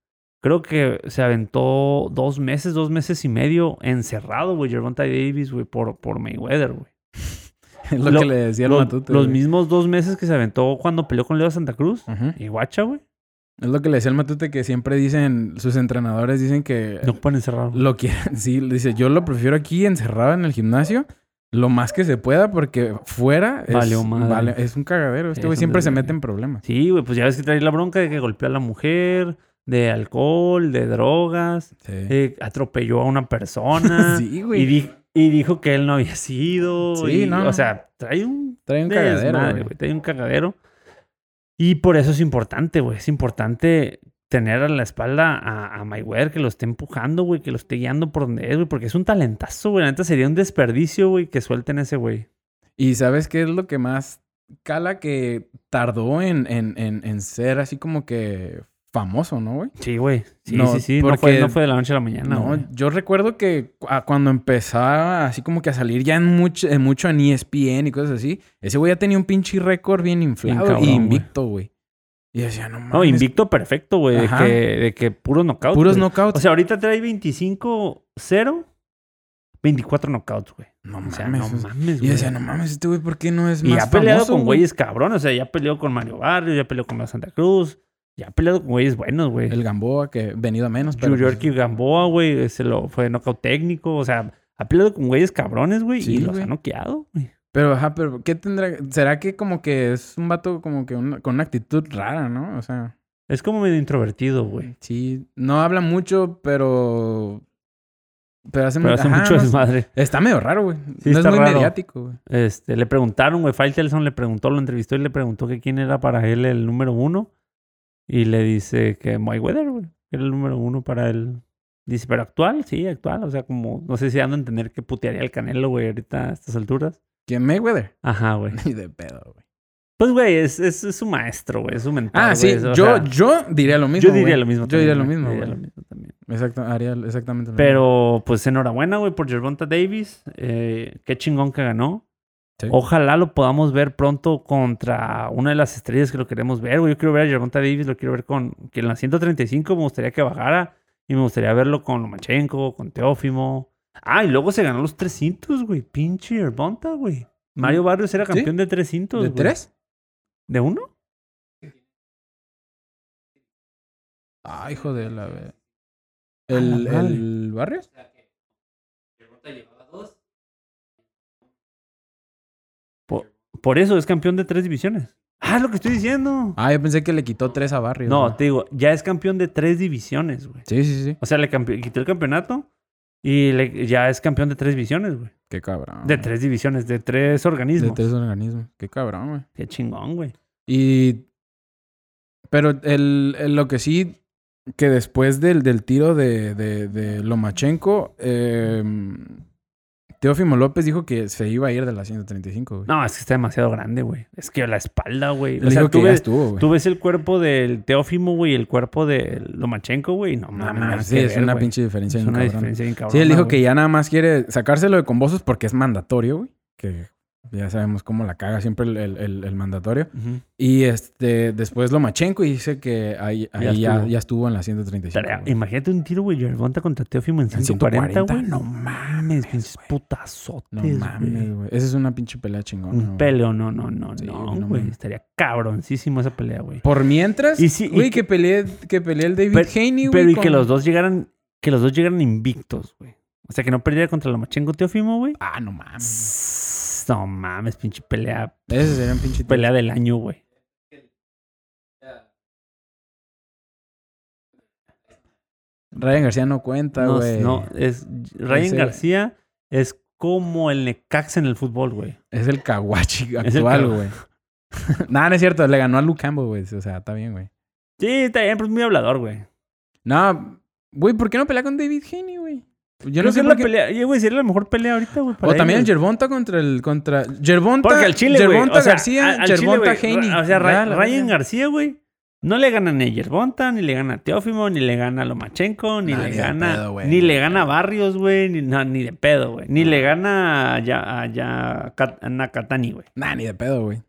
Speaker 2: creo que se aventó dos meses, dos meses y medio encerrado, güey, Gervonta Davis, güey, por, por Mayweather, güey.
Speaker 3: Es lo,
Speaker 2: Lo-
Speaker 3: que le decía el
Speaker 2: Los,
Speaker 3: Matute.
Speaker 2: los
Speaker 3: güey.
Speaker 2: mismos dos meses que se aventó cuando peleó con Leo Santa Cruz.
Speaker 3: Ajá.
Speaker 2: Y guacha, güey.
Speaker 3: Es lo que le decía el Matute que siempre dicen, sus entrenadores dicen que
Speaker 2: No pueden encerrar. güey.
Speaker 3: Eh, lo quieren. Sí, dice, yo lo prefiero aquí encerrado en el gimnasio lo más que se pueda porque fuera es,
Speaker 2: Valió madre.
Speaker 3: es un cagadero. Este
Speaker 2: Es
Speaker 3: güey
Speaker 2: un
Speaker 3: siempre se
Speaker 2: desvergue.
Speaker 3: mete en problemas.
Speaker 2: Sí, güey, pues ya ves que trae la bronca de que golpeó a la mujer, de alcohol, de drogas,
Speaker 3: Sí,
Speaker 2: eh, atropelló a una persona.
Speaker 3: Sí,
Speaker 2: Ah, Y,
Speaker 3: güey.
Speaker 2: di- y dijo que él no había sido.
Speaker 3: Sí,
Speaker 2: y-
Speaker 3: no.
Speaker 2: O sea, trae un,
Speaker 3: Trae un
Speaker 2: desmadre,
Speaker 3: cagadero, güey.
Speaker 2: güey. Trae un cagadero. Y por eso es importante, güey. Es importante tener a la espalda a, a Mayweather que lo esté empujando, güey. Que lo esté guiando por donde es, güey. Porque es un talentazo, güey. La neta sería un desperdicio, güey, que suelten ese güey.
Speaker 3: Y ¿sabes qué es lo que más cala que tardó en, en, en, en ser así como que famoso, ¿no, güey?
Speaker 2: Sí, güey. Sí,
Speaker 3: No,
Speaker 2: sí, sí. No,
Speaker 3: porque-
Speaker 2: fue, no fue de la noche a la mañana,
Speaker 3: No,
Speaker 2: güey.
Speaker 3: yo recuerdo que cu- a- cuando empezaba así como que a salir ya en mucho en, mucho en E ESPN y cosas así, ese güey ya tenía un pinche récord bien inflado
Speaker 2: cabrón,
Speaker 3: y
Speaker 2: güey.
Speaker 3: invicto, güey. Y decía, no mames.
Speaker 2: No, invicto perfecto, güey. De
Speaker 3: Ajá.
Speaker 2: que, de que puros knockouts.
Speaker 3: Puros
Speaker 2: güey.
Speaker 3: knockouts.
Speaker 2: O sea, ahorita trae 25-0, 24 knockouts, güey.
Speaker 3: no
Speaker 2: O
Speaker 3: mames.
Speaker 2: sea, no
Speaker 3: o sea,
Speaker 2: mames,
Speaker 3: y
Speaker 2: güey.
Speaker 3: decía, no mames, este güey, ¿por qué no es
Speaker 2: Y
Speaker 3: más
Speaker 2: ha peleado
Speaker 3: famoso,
Speaker 2: con güeyes cabrón. O sea, ya peleó con Mario Barrio, ya peleó con la Santa Cruz. Ya ha peleado con güeyes buenos, güey.
Speaker 3: El Gamboa, que venido a menos. pero- pues
Speaker 2: Junior Kid Gamboa, güey. Se lo fue knockout técnico. O sea, ha peleado con güeyes cabrones, güey. y
Speaker 3: Sí,
Speaker 2: los
Speaker 3: güey.
Speaker 2: ha noqueado, güey.
Speaker 3: Pero, ajá, pero ¿qué tendrá? ¿Será que como que es un vato como que una- con una actitud rara, no? O sea,
Speaker 2: Es como medio introvertido,
Speaker 3: Mm,
Speaker 2: güey.
Speaker 3: sí, no habla mucho, pero... Pero hace,
Speaker 2: Pero hace
Speaker 3: ajá,
Speaker 2: mucho
Speaker 3: no sé.
Speaker 2: desmadre.
Speaker 3: Está medio raro, güey.
Speaker 2: Sí,
Speaker 3: no
Speaker 2: está
Speaker 3: es muy
Speaker 2: raro.
Speaker 3: mediático, güey.
Speaker 2: Este, le preguntaron, güey. Faitelson le preguntó, lo entrevistó y le preguntó que quién era para él el número uno. Y le dice que Mayweather, güey. Que era el número uno para él. Dice, pero actual, sí, actual. O sea, como, no sé si dando a entender que putearía el Canelo, güey, ahorita a estas alturas.
Speaker 3: ¿Quién Mayweather?
Speaker 2: Ajá, güey.
Speaker 3: Ni de pedo, güey.
Speaker 2: Pues, güey, es, es, es su maestro, güey. Es su mentor.
Speaker 3: Ah,
Speaker 2: güey,
Speaker 3: sí,
Speaker 2: es- o
Speaker 3: yo,
Speaker 2: sea,
Speaker 3: yo diría lo mismo.
Speaker 2: yo diría
Speaker 3: güey.
Speaker 2: lo mismo
Speaker 3: Yo diría lo
Speaker 2: también,
Speaker 3: mismo,
Speaker 2: güey.
Speaker 3: güey.
Speaker 2: Yo diría lo mismo también.
Speaker 3: Exacto, haría exactamente lo mismo.
Speaker 2: Pero, pues, enhorabuena, güey, por Gervonta Davis. Eh, qué chingón que ganó.
Speaker 3: Sí.
Speaker 2: Ojalá lo podamos ver pronto contra una de las estrellas que lo queremos ver, güey. Yo quiero ver a Gervonta Davis, lo quiero ver con... Que en la 135 me gustaría que bajara. Y me gustaría verlo con Lomachenko, con Teófimo. Ah, y luego se ganó los 300, güey. Pinche Gervonta, güey. Mario Barrios era
Speaker 3: Mm, ¿Sí?
Speaker 2: campeón de 300,
Speaker 3: ¿De
Speaker 2: pues, güey.
Speaker 3: tres?
Speaker 2: ¿De uno?
Speaker 3: Ah, hijo de la... ve-
Speaker 2: A Ah, la
Speaker 3: ¿El,
Speaker 2: madre.
Speaker 3: el Barrios?
Speaker 2: Por eso es campeón de tres divisiones. Ah, es lo que estoy diciendo.
Speaker 3: Ah, yo pensé que le quitó tres a Barrios.
Speaker 2: No,
Speaker 3: güey.
Speaker 2: te digo, ya es campeón de tres divisiones, güey.
Speaker 3: Sí, sí, sí.
Speaker 2: O sea, le campe- quitó el campeonato y le- ya es campeón de tres divisiones, güey.
Speaker 3: Qué cabrón.
Speaker 2: De
Speaker 3: güey.
Speaker 2: tres divisiones, de tres
Speaker 3: Ah. De
Speaker 2: organismos.
Speaker 3: tres organismos. Qué cabrón, güey.
Speaker 2: Qué chingón, güey.
Speaker 3: Y... Pero el, el- lo que sí, que después del, del tiro de, de, de Lomachenko, eh, Teófimo López dijo que se iba a ir de la 135, güey.
Speaker 2: No, es que está demasiado grande, güey. Es que la espalda, güey.
Speaker 3: Él
Speaker 2: O sea,
Speaker 3: dijo
Speaker 2: tú
Speaker 3: que ya
Speaker 2: ves,
Speaker 3: estuvo, güey.
Speaker 2: tú ves el cuerpo del Teófimo, güey, y el cuerpo de Lomachenko, güey. No
Speaker 3: No
Speaker 2: mames. nada
Speaker 3: mames, sí,
Speaker 2: que
Speaker 3: es
Speaker 2: ver,
Speaker 3: una
Speaker 2: güey.
Speaker 3: pinche diferencia.
Speaker 2: Es
Speaker 3: bien
Speaker 2: una
Speaker 3: cabrona.
Speaker 2: diferencia bien cabrona,
Speaker 3: Sí, él dijo que
Speaker 2: güey.
Speaker 3: ya nada más quiere sacárselo de convosos porque es mandatorio, güey. Que ya sabemos cómo la caga siempre el, el- el- el mandatorio.
Speaker 2: Ujú.
Speaker 3: Y este, después Lomachenko y dice que ahí,
Speaker 2: Ya
Speaker 3: ahí ya,
Speaker 2: estuvo.
Speaker 3: ya estuvo en la 135.
Speaker 2: Tarea.
Speaker 3: güey.
Speaker 2: Imagínate un tiro, güey, Gervonta contra Teófimo en
Speaker 3: 140,
Speaker 2: 140, güey. No
Speaker 3: no
Speaker 2: mames, pinches putazotes,
Speaker 3: No
Speaker 2: güey.
Speaker 3: mames, güey. Esa es una pinche pelea chingona.
Speaker 2: Un
Speaker 3: güey.
Speaker 2: peleo, no, no, no,
Speaker 3: Sí,
Speaker 2: no,
Speaker 3: güey, no
Speaker 2: güey.
Speaker 3: mames.
Speaker 2: Estaría cabroncísimo esa pelea, güey.
Speaker 3: Por mientras,
Speaker 2: Y sí, y
Speaker 3: güey,
Speaker 2: que-
Speaker 3: que peleé, que peleé el David
Speaker 2: Pero-
Speaker 3: Haney, güey.
Speaker 2: Pero y que
Speaker 3: con-
Speaker 2: los dos llegaran, que los dos llegaran invictos, güey. O sea, que no perdiera contra Lomachenko Teófimo, güey.
Speaker 3: Ah, no mames.
Speaker 2: Sss, No mames, pinche pelea,
Speaker 3: Ese sería un pinche...
Speaker 2: pelea del año, güey.
Speaker 3: Ryan García no cuenta,
Speaker 2: No,
Speaker 3: güey.
Speaker 2: no, es Ryan
Speaker 3: Ese-
Speaker 2: García es como el Necax en el fútbol, güey.
Speaker 3: Es el kawachi
Speaker 2: el
Speaker 3: actual,
Speaker 2: kawa-
Speaker 3: güey. Nada, no es cierto. Le ganó a Luke Campbell, güey. O sea, está bien, güey.
Speaker 2: Sí, está bien, pero es muy hablador, güey.
Speaker 3: No, güey, ¿por qué no pelea con David Haney, güey? Yo
Speaker 2: Creo
Speaker 3: no sé
Speaker 2: que
Speaker 3: por
Speaker 2: la
Speaker 3: qué-
Speaker 2: pelea, oye, güey, sería la mejor pelea ahorita, güey. para
Speaker 3: O también
Speaker 2: ellos.
Speaker 3: Gervonta contra el... Contra... Gervonta...
Speaker 2: Porque al Chile, güey.
Speaker 3: Gervonta
Speaker 2: o sea,
Speaker 3: García,
Speaker 2: al- al Chile,
Speaker 3: Gervonta
Speaker 2: güey,
Speaker 3: Haney.
Speaker 2: O sea, Ra-
Speaker 3: Ya, la
Speaker 2: Ryan
Speaker 3: verga.
Speaker 2: García, güey. No le gana ni a Yerbonta, ni le gana a Teófimo, ni le gana a Lomachenko, ni
Speaker 3: Nah,
Speaker 2: le
Speaker 3: ni de
Speaker 2: gana.
Speaker 3: pedo, güey.
Speaker 2: ni le gana a Barrios, güey. Ni, no, ni de pedo, güey. Ni le gana a, ya, a, ya- a Nakatani, güey.
Speaker 3: Nah, ni de pedo, güey.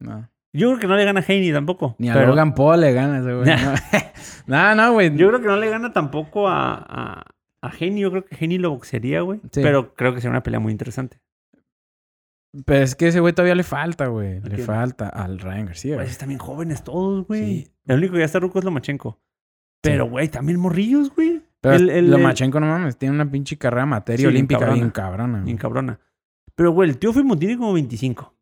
Speaker 3: No.
Speaker 2: Yo creo que no le gana a Haney tampoco.
Speaker 3: Ni a
Speaker 2: pero-
Speaker 3: Logan Paul le gana ese, güey. No, Nah, no, güey.
Speaker 2: Yo creo que no le gana tampoco a, a, a Haney. Yo creo que Haney lo boxearía, güey.
Speaker 3: Sí.
Speaker 2: Pero creo que sería una pelea muy interesante.
Speaker 3: Pero es que ese güey todavía le falta, güey. Le
Speaker 2: quién?
Speaker 3: falta al Ryan García,
Speaker 2: Güey,
Speaker 3: güey.
Speaker 2: están bien jóvenes todos, güey.
Speaker 3: Sí.
Speaker 2: El único que ya está ruco es Lomachenko. Pero, güey, también morrillos, güey.
Speaker 3: Pero
Speaker 2: el- el-
Speaker 3: Lomachenco, no mames, tiene una pinche carrera materia
Speaker 2: Sí, bien
Speaker 3: olímpica
Speaker 2: cabrona.
Speaker 3: bien cabrona. güey.
Speaker 2: Bien cabrona. Pero, güey, el Teófimo tiene como 25.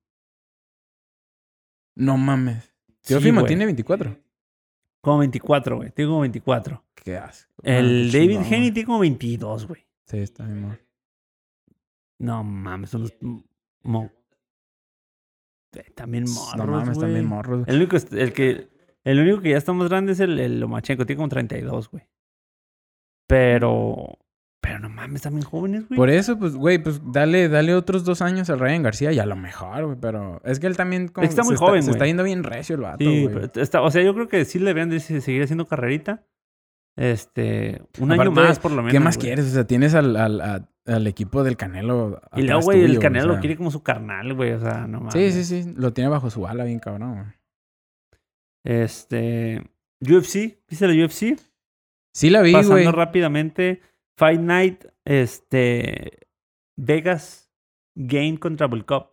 Speaker 3: No mames.
Speaker 2: Sí,
Speaker 3: Teófimo
Speaker 2: güey.
Speaker 3: tiene 24.
Speaker 2: Como 24, güey. Tiene como 24.
Speaker 3: Qué asco.
Speaker 2: El
Speaker 3: Ah, qué
Speaker 2: David
Speaker 3: chingón,
Speaker 2: Haney
Speaker 3: güey.
Speaker 2: tiene como 22, güey.
Speaker 3: Sí, está bien. güey.
Speaker 2: No mames, son los... mo- Eh, También morros,
Speaker 3: No mames,
Speaker 2: güey.
Speaker 3: también morros.
Speaker 2: El único, est- el, que, el único que ya está más grande es el, el Lomachenko. Tiene como 32, güey. Pero... Pero no mames, también jóvenes, güey.
Speaker 3: Por eso, pues, güey, pues dale, dale otros dos años al Ryan García y a lo mejor, güey. Pero es que él también como
Speaker 2: Está
Speaker 3: se
Speaker 2: muy joven,
Speaker 3: se
Speaker 2: güey.
Speaker 3: está yendo bien recio el vato,
Speaker 2: Sí,
Speaker 3: güey.
Speaker 2: pero está- o sea, yo creo que sí le deberían de se- seguir haciendo carrerita. Este, un
Speaker 3: Aparte,
Speaker 2: año más por lo menos.
Speaker 3: ¿Qué más
Speaker 2: güey.
Speaker 3: quieres? O sea, tienes al, al, a- al equipo del Canelo.
Speaker 2: Y luego,
Speaker 3: atrás
Speaker 2: güey,
Speaker 3: tuyo,
Speaker 2: el Canelo
Speaker 3: o sea.
Speaker 2: lo quiere como su carnal, güey. O sea, no mames.
Speaker 3: Sí, sí, sí. Lo tiene bajo su ala, bien cabrón, güey.
Speaker 2: Este, UFC, ¿viste la UFC?
Speaker 3: Sí la vi,
Speaker 2: Pasando
Speaker 3: güey.
Speaker 2: rápidamente, Fight Night, este, Vegas, Game contra Volkov.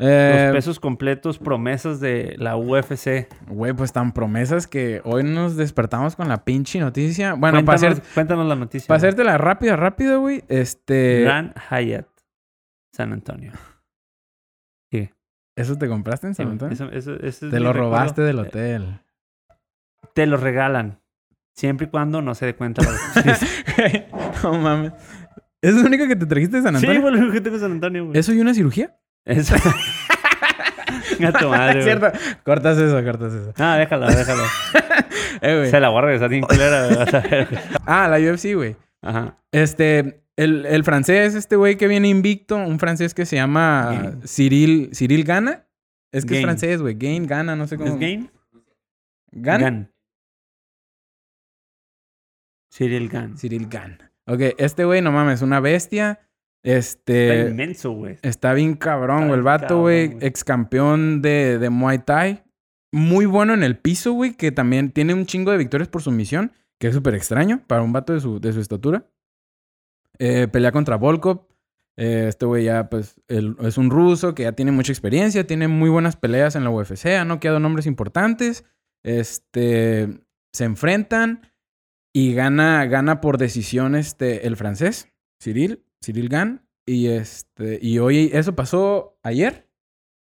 Speaker 3: Eh,
Speaker 2: Los pesos completos, promesas de la UFC.
Speaker 3: Güey, pues tan promesas que hoy nos despertamos con la pinche noticia. Bueno, para,
Speaker 2: cuéntanos,
Speaker 3: hacer-
Speaker 2: cuéntanos la noticia.
Speaker 3: para
Speaker 2: güey.
Speaker 3: hacértela rápida, rápido, güey. Este.
Speaker 2: Gran Hyatt, San Antonio.
Speaker 3: ¿Eso te compraste en
Speaker 2: Sí,
Speaker 3: San Antonio?
Speaker 2: eso- eso- ese es
Speaker 3: te
Speaker 2: mi
Speaker 3: lo
Speaker 2: recuerdo.
Speaker 3: robaste del
Speaker 2: Eh,
Speaker 3: hotel.
Speaker 2: te lo regalan. Siempre y cuando no se dé cuenta. la- sí,
Speaker 3: no mames. ¿Es lo único que te trajiste de San Antonio?
Speaker 2: güey, lo que tengo es San Antonio, güey.
Speaker 3: ¿Eso y una cirugía?
Speaker 2: Eso. A tu madre,
Speaker 3: es
Speaker 2: güey.
Speaker 3: cierto. Cortas eso, cortas eso.
Speaker 2: No, déjalo, déjalo.
Speaker 3: Eh, güey.
Speaker 2: se la voy a regresar bien culera, güey, vas a ver, güey.
Speaker 3: Ah, la UFC, güey.
Speaker 2: Ajá.
Speaker 3: Este, el, el francés, este güey que viene invicto, un francés que se llama
Speaker 2: Gain.
Speaker 3: Cyril, Cyril Gana. Es que
Speaker 2: Gain.
Speaker 3: es francés, güey. Gain, Gana, no sé cómo.
Speaker 2: ¿Es Gain?
Speaker 3: Gana.
Speaker 2: Gan. Cyril Gan.
Speaker 3: Cyril Gana. Ok, este güey, no mames, una bestia.
Speaker 2: Está
Speaker 3: Este.
Speaker 2: inmenso, güey.
Speaker 3: Está bien cabrón,
Speaker 2: Está
Speaker 3: güey. El
Speaker 2: bien
Speaker 3: vato, güey,
Speaker 2: cabrón, güey.
Speaker 3: ex campeón de, de Muay Thai. Muy bueno en el piso, güey, que también tiene un chingo de victorias por sumisión, que es súper extraño para un vato de su, de su estatura. Eh, pelea contra Volkov. Eh, este güey ya, pues, el- es un ruso que ya tiene mucha experiencia, tiene muy buenas peleas en la UFC, ha noqueado nombres importantes. Este, se enfrentan y gana, gana por decisión este, el francés, Cyril, Cyril Gann. Y, este, y hoy, eso pasó ayer,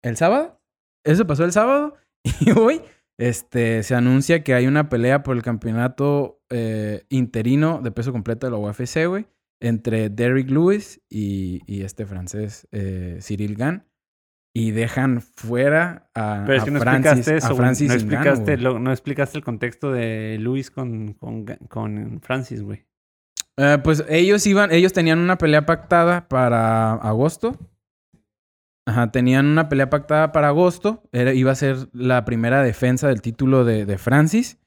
Speaker 3: el sábado. Eso pasó el sábado. Y hoy este, se anuncia que hay una pelea por el campeonato eh, interino de peso completo de la UFC, güey. Entre Derrick Lewis y, y este francés, eh, Cyril Gann. Y dejan fuera a,
Speaker 2: Pero es
Speaker 3: a
Speaker 2: que no
Speaker 3: Francis,
Speaker 2: explicaste
Speaker 3: a
Speaker 2: eso, güey.
Speaker 3: Francis
Speaker 2: no,
Speaker 3: Ngannou,
Speaker 2: explicaste
Speaker 3: güey.
Speaker 2: lo- no explicaste el contexto de Luis con, con, Ga- con Francis, güey.
Speaker 3: Eh, pues ellos iban, ellos tenían una pelea pactada para agosto. Ajá, tenían una pelea pactada para agosto. Era, iba a ser la primera defensa del título de, de Francis.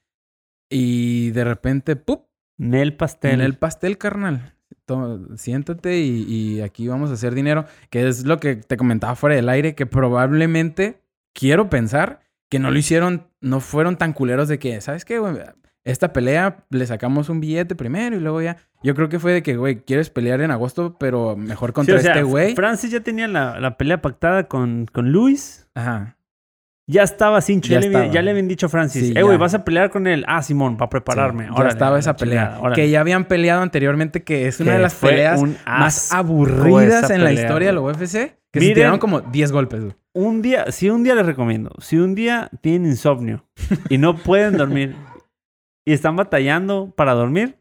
Speaker 3: Y de repente, ¡pup!
Speaker 2: Nel pastel.
Speaker 3: En el pastel, carnal. Toma, siéntate y, y aquí vamos a hacer dinero. Que es lo que te comentaba fuera del aire, que probablemente quiero pensar que no lo hicieron, no fueron tan culeros de que, ¿sabes qué, güey? Esta pelea le sacamos un billete primero y luego ya. Yo creo que fue de que, güey, quieres pelear en agosto, pero mejor
Speaker 2: Sí,
Speaker 3: contra
Speaker 2: o sea,
Speaker 3: este güey.
Speaker 2: Francis ya tenía la, la pelea pactada con, con Luis.
Speaker 3: Ajá.
Speaker 2: Ya estaba sin ya,
Speaker 3: Ya
Speaker 2: le había-
Speaker 3: estaba.
Speaker 2: ya le habían dicho a Francis,
Speaker 3: Sí,
Speaker 2: eh, güey,
Speaker 3: ya.
Speaker 2: vas a pelear con él. Ah, Simón, para prepararme.
Speaker 3: Sí,
Speaker 2: Órale,
Speaker 3: ya estaba
Speaker 2: la
Speaker 3: esa pelea.
Speaker 2: chingada, órale.
Speaker 3: que ya habían peleado anteriormente, que es una
Speaker 2: Que
Speaker 3: de las
Speaker 2: fue
Speaker 3: peleas
Speaker 2: un
Speaker 3: más
Speaker 2: asco
Speaker 3: aburridas
Speaker 2: esa
Speaker 3: en la
Speaker 2: pelea,
Speaker 3: historia de la
Speaker 2: güey.
Speaker 3: UFC. Que
Speaker 2: Miren-
Speaker 3: se tiraron como 10 golpes, güey.
Speaker 2: Un día, si un día les recomiendo, si un día tienen insomnio y no pueden dormir y están batallando para dormir,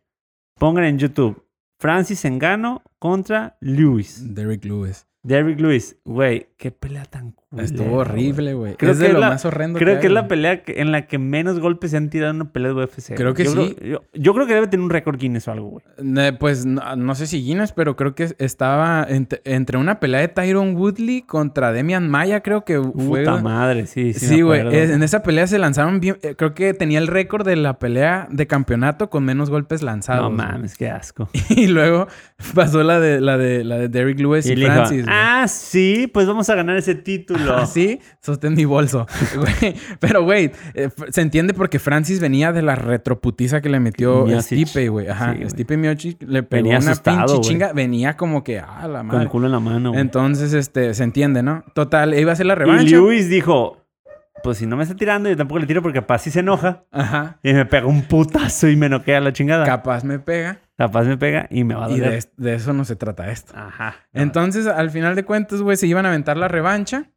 Speaker 2: pongan en YouTube Francis Engano contra Lewis.
Speaker 3: Derrick Lewis.
Speaker 2: Derrick Lewis, güey, qué pelea tan culera,
Speaker 3: Estuvo horrible, güey.
Speaker 2: Creo
Speaker 3: es de
Speaker 2: que
Speaker 3: lo
Speaker 2: la-
Speaker 3: más horrendo.
Speaker 2: güey. Creo que es
Speaker 3: hay,
Speaker 2: la
Speaker 3: güey.
Speaker 2: pelea que- en la que menos golpes se han tirado en una pelea de UFC.
Speaker 3: Creo
Speaker 2: güey.
Speaker 3: que
Speaker 2: yo
Speaker 3: sí.
Speaker 2: Creo, yo, yo creo que debe tener un récord Guinness o algo, güey.
Speaker 3: Eh, Pues no, no sé si Guinness, pero creo que estaba ent- entre una pelea de Tyron Woodley contra Demian Maya, creo que fue.
Speaker 2: Puta madre, sí, sí. me
Speaker 3: Sí, güey.
Speaker 2: acuerdo.
Speaker 3: Es- En esa pelea se lanzaron bien. eh, Creo que tenía el récord de la pelea de campeonato con menos golpes lanzados.
Speaker 2: No
Speaker 3: güey.
Speaker 2: mames, qué asco.
Speaker 3: Y luego pasó la de la de la de Derrick Lewis y,
Speaker 2: Y le dijo,
Speaker 3: Francis. güey.
Speaker 2: ah, sí, pues vamos a ganar ese título.
Speaker 3: Ah, sí, sostén mi bolso. Güey, Pero, güey, eh, f- se entiende porque Francis venía de la retroputiza que le metió
Speaker 2: Miocic.
Speaker 3: Stipe, güey. Ajá,
Speaker 2: Sí, güey.
Speaker 3: Stipe Miocic le pegó
Speaker 2: Venía
Speaker 3: una
Speaker 2: asustado,
Speaker 3: pinche
Speaker 2: güey.
Speaker 3: chinga. Venía como que, ah, la
Speaker 2: Con
Speaker 3: madre.
Speaker 2: el culo en la mano. güey.
Speaker 3: Entonces, este, se entiende, ¿no? Total, iba a ser la
Speaker 2: Y
Speaker 3: revancha.
Speaker 2: Lewis dijo, pues si no me está tirando, yo tampoco le tiro porque capaz sí se enoja.
Speaker 3: Ajá.
Speaker 2: Y me pega un putazo y me noquea la chingada.
Speaker 3: Capaz me pega.
Speaker 2: capaz me pega y me va a
Speaker 3: Y
Speaker 2: doler.
Speaker 3: de, de eso no se trata esto.
Speaker 2: Ah. Ajá.
Speaker 3: Entonces, al final de cuentas, güey, se iban a aventar la revancha.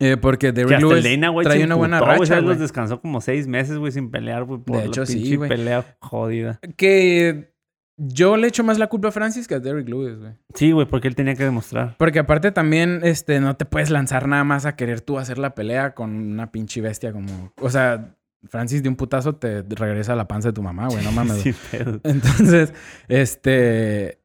Speaker 3: eh, porque
Speaker 2: Que
Speaker 3: Derrick
Speaker 2: hasta
Speaker 3: Lewis
Speaker 2: el Dana, güey,
Speaker 3: trae
Speaker 2: se
Speaker 3: una buena
Speaker 2: emputó, güey,
Speaker 3: racha,
Speaker 2: ¿sabes?
Speaker 3: güey.
Speaker 2: los descansó como seis meses, güey, sin pelear, güey, por
Speaker 3: De
Speaker 2: la
Speaker 3: hecho, sí,
Speaker 2: pinche
Speaker 3: güey.
Speaker 2: pelea jodida.
Speaker 3: Que yo le echo más la culpa a Francis que a Derrick Lewis, güey.
Speaker 2: Sí, güey, porque él tenía que demostrar.
Speaker 3: Porque aparte también, este, no te puedes lanzar nada más a querer tú hacer la pelea con una pinche bestia como... O sea, Francis de un putazo te regresa a la panza de tu mamá, güey. No mames. güey.
Speaker 2: Sí, pero-
Speaker 3: Entonces, este...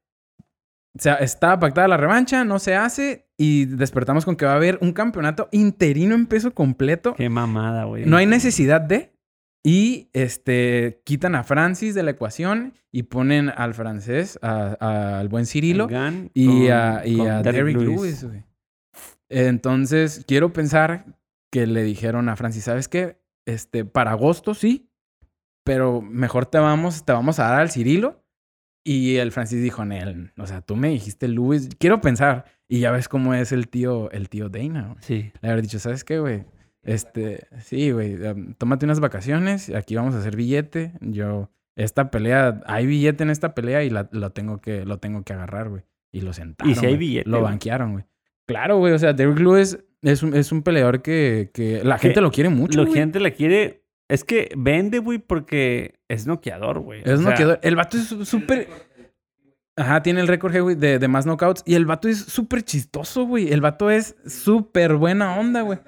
Speaker 3: O sea, está pactada la revancha, no se hace y despertamos con que va a haber un campeonato interino en peso completo.
Speaker 2: Qué mamada, güey.
Speaker 3: No hay necesidad de. Y este quitan a Francis de la ecuación y ponen al francés, a- a- al buen Cirilo
Speaker 2: Gunn
Speaker 3: y
Speaker 2: con-
Speaker 3: a, y
Speaker 2: con
Speaker 3: a
Speaker 2: Derrick
Speaker 3: Derrick Lewis, güey. Entonces, quiero pensar que le dijeron a Francis, ¿sabes qué? Este, para agosto sí, pero mejor te vamos, te vamos a dar al Cirilo. Y el Francis dijo, Nel, o sea, tú me dijiste Lewis, quiero pensar. Y ya ves cómo es el tío, el tío Dana, güey.
Speaker 2: Sí.
Speaker 3: Le haber dicho, ¿sabes qué, güey? Este, sí, güey, um, tómate unas vacaciones, aquí vamos a hacer billete. Yo, esta pelea, hay billete en esta pelea y la, lo, tengo que, lo tengo que agarrar, güey. Y lo sentaron.
Speaker 2: Y si hay
Speaker 3: güey.
Speaker 2: billete,
Speaker 3: Lo
Speaker 2: güey.
Speaker 3: banquearon, güey. Claro, güey, o sea, Derrick Lewis es un, es un peleador que, que la
Speaker 2: Que
Speaker 3: gente lo quiere mucho.
Speaker 2: La
Speaker 3: güey.
Speaker 2: gente la quiere. Es que vende, güey, porque es noqueador, güey.
Speaker 3: Es
Speaker 2: O sea,
Speaker 3: noqueador. El vato es su- súper. Ajá, tiene el récord heavyweight de, de más knockouts. Y el vato es súper chistoso, güey. El vato es súper buena onda, güey.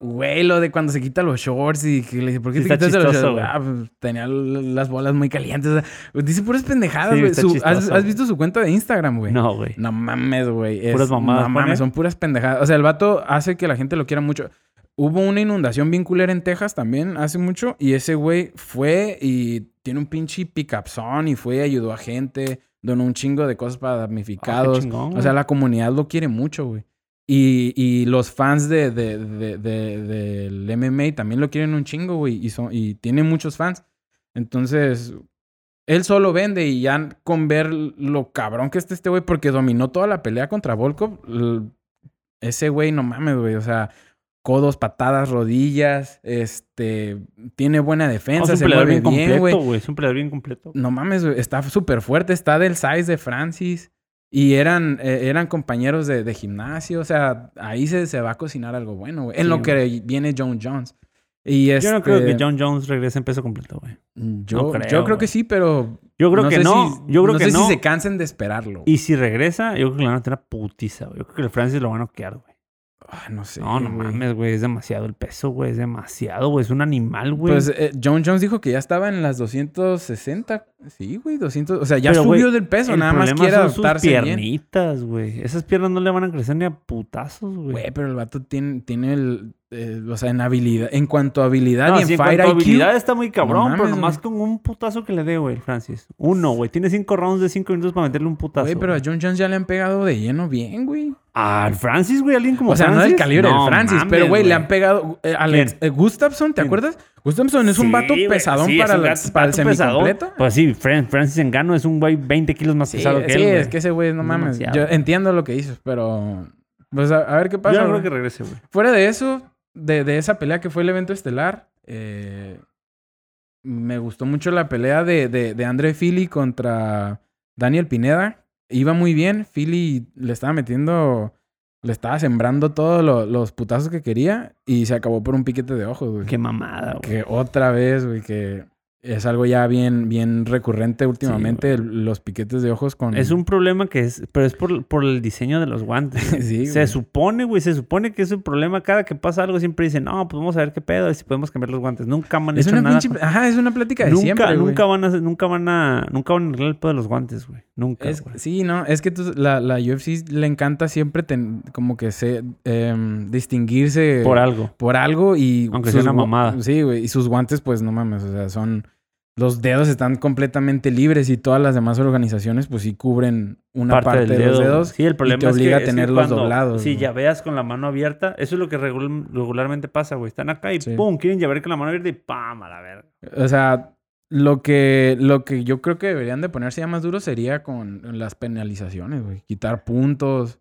Speaker 3: Güey, lo de cuando se quita los shorts y que le dice, ¿por qué
Speaker 2: Sí,
Speaker 3: te
Speaker 2: está
Speaker 3: quitas los
Speaker 2: chistoso,
Speaker 3: shorts? Ah, pues, tenía l- las bolas muy calientes. O sea, dice puras pendejadas,
Speaker 2: Sí,
Speaker 3: güey.
Speaker 2: está
Speaker 3: Su- ¿has,
Speaker 2: chistoso,
Speaker 3: has
Speaker 2: güey.
Speaker 3: visto su cuenta de Instagram, güey?
Speaker 2: No, güey.
Speaker 3: No mames, güey. Es-
Speaker 2: Puras mamadas
Speaker 3: No mames,
Speaker 2: pone.
Speaker 3: son puras pendejadas. O sea, el vato hace que la gente lo quiera mucho. Hubo una inundación bien culera en Texas también hace mucho. Y ese güey fue y tiene un pinche picapzón y fue y ayudó a gente. Donó un chingo de cosas para damnificados.
Speaker 2: Ah, chingón,
Speaker 3: o sea,
Speaker 2: güey.
Speaker 3: la comunidad lo quiere mucho, güey. Y, y los fans de, de- de- de- del MMA también lo quieren un chingo, güey. Y, son, y tiene muchos fans. Entonces, él solo vende y ya con ver lo cabrón que está este güey, porque dominó toda la pelea contra Volkov, l- ese güey no mames, güey. O sea, codos, patadas, rodillas, este, tiene buena
Speaker 2: No,
Speaker 3: defensa,
Speaker 2: es un
Speaker 3: se
Speaker 2: peleador
Speaker 3: mueve
Speaker 2: bien
Speaker 3: bien,
Speaker 2: completo,
Speaker 3: güey.
Speaker 2: güey. Es un peleador bien completo.
Speaker 3: No mames, güey. Está súper fuerte, está del size de Francis. Y eran, eh, eran compañeros de, de gimnasio. O sea, ahí se, se va a cocinar algo bueno, güey. En
Speaker 2: Sí,
Speaker 3: lo que viene John Jones. Y este,
Speaker 2: Yo no creo que John Jones regrese en peso completo, güey.
Speaker 3: Yo,
Speaker 2: no
Speaker 3: yo creo,
Speaker 2: creo,
Speaker 3: que
Speaker 2: güey.
Speaker 3: sí, pero
Speaker 2: Yo creo que
Speaker 3: sé
Speaker 2: no.
Speaker 3: si-
Speaker 2: yo creo
Speaker 3: no
Speaker 2: que
Speaker 3: sé
Speaker 2: no.
Speaker 3: si se cansen de esperarlo.
Speaker 2: Y si regresa, yo creo que le van a tener una putiza, güey. Yo creo que el Francis lo van a noquear, güey.
Speaker 3: Ah, no sé.
Speaker 2: no, no
Speaker 3: güey.
Speaker 2: mames, güey. Es demasiado el peso, güey. Es demasiado, güey. Es un animal, güey.
Speaker 3: Pues eh, John Jones dijo que ya estaba en las 260. Sí, güey, 200. O sea, ya
Speaker 2: Pero, güey,
Speaker 3: subió del peso,
Speaker 2: El
Speaker 3: nada más
Speaker 2: problema
Speaker 3: quiere
Speaker 2: son sus
Speaker 3: adaptarse bien.
Speaker 2: piernitas, güey. Esas piernas no le van a crecer ni a putazos, güey.
Speaker 3: Güey, pero el vato tiene, tiene el. eh, o sea, en habilidad. En cuanto a habilidad
Speaker 2: No,
Speaker 3: y en
Speaker 2: sí, en
Speaker 3: Fire
Speaker 2: cuanto a
Speaker 3: IQ.
Speaker 2: habilidad está muy cabrón,
Speaker 3: No
Speaker 2: pero
Speaker 3: mames,
Speaker 2: nomás con un putazo que le dé, güey, el Francis. Uno, güey. Tiene cinco rounds de cinco minutos para meterle un putazo.
Speaker 3: Güey, pero a John Jones ya le han pegado de lleno bien, güey.
Speaker 2: Al Francis, güey, alguien como
Speaker 3: O sea, no del
Speaker 2: Francis?
Speaker 3: calibre
Speaker 2: No
Speaker 3: del Francis,
Speaker 2: mames,
Speaker 3: pero güey, le han pegado. eh, al
Speaker 2: ¿Quién?
Speaker 3: ex- eh, Gustafson, ¿te
Speaker 2: ¿Quién?
Speaker 3: acuerdas? Gustafson es un
Speaker 2: Sí,
Speaker 3: vato
Speaker 2: güey,
Speaker 3: pesadón
Speaker 2: sí, es
Speaker 3: para,
Speaker 2: un
Speaker 3: la-
Speaker 2: gato-
Speaker 3: para el
Speaker 2: gato pesadón.
Speaker 3: semicompleto.
Speaker 2: Pues sí, Fran- Francis Engano es un güey 20 kilos más
Speaker 3: Sí,
Speaker 2: pesado que
Speaker 3: sí,
Speaker 2: él. güey.
Speaker 3: es que ese güey, no
Speaker 2: Es
Speaker 3: mames. Yo
Speaker 2: demasiado.
Speaker 3: entiendo lo que dices, pero. Pues a, a ver qué
Speaker 2: Yo
Speaker 3: pasa.
Speaker 2: no creo
Speaker 3: güey.
Speaker 2: que regrese, güey.
Speaker 3: Fuera de eso, de, de esa pelea que fue el evento estelar, eh, me gustó mucho la pelea de, de, de André Philly contra Daniel Pineda. Iba muy bien. Philly le estaba metiendo, le estaba sembrando todos lo- los putazos que quería y se acabó por un piquete de ojos, güey.
Speaker 2: Qué mamada, güey.
Speaker 3: Que otra vez, güey, que es algo ya bien, bien recurrente últimamente, el- los piquetes de ojos con...
Speaker 2: Es un problema que es, pero es por, por el diseño de los guantes. güey.
Speaker 3: Sí,
Speaker 2: se
Speaker 3: güey.
Speaker 2: supone, güey, se supone que es un problema. Cada que pasa algo siempre dicen, no, pues vamos a ver qué pedo, a ver si podemos cambiar los guantes. Nunca me han
Speaker 3: Es
Speaker 2: hecho
Speaker 3: una
Speaker 2: nada.
Speaker 3: pinche-
Speaker 2: con-
Speaker 3: Ajá, es una plática de
Speaker 2: nunca,
Speaker 3: siempre, güey.
Speaker 2: nunca van a, nunca van a, nunca van a arreglar el pedo de los guantes, güey. Nunca,
Speaker 3: Es-
Speaker 2: güey.
Speaker 3: sí, no, es que tú- la, la UFC le encanta siempre ten- como que se em, distinguirse
Speaker 2: Por algo.
Speaker 3: por algo y
Speaker 2: Aunque sea una
Speaker 3: gu-
Speaker 2: mamada.
Speaker 3: Sí, güey, y sus guantes pues no mames, o sea, son los dedos están completamente libres y todas las demás organizaciones pues sí cubren una parte, de los
Speaker 2: güey.
Speaker 3: dedos.
Speaker 2: Sí, el problema
Speaker 3: te
Speaker 2: es
Speaker 3: obliga a
Speaker 2: que, es que
Speaker 3: tenerlos
Speaker 2: cuando-
Speaker 3: doblados,
Speaker 2: Sí,
Speaker 3: güey.
Speaker 2: llaveas con la mano abierta. Eso es lo que regul- regularmente pasa, güey. Están acá y
Speaker 3: Sí.
Speaker 2: pum, quieren llavear con la mano abierta y pam, a la verga.
Speaker 3: O sea, lo que lo que yo creo que deberían de ponerse ya más duro sería con las penalizaciones, güey, quitar puntos,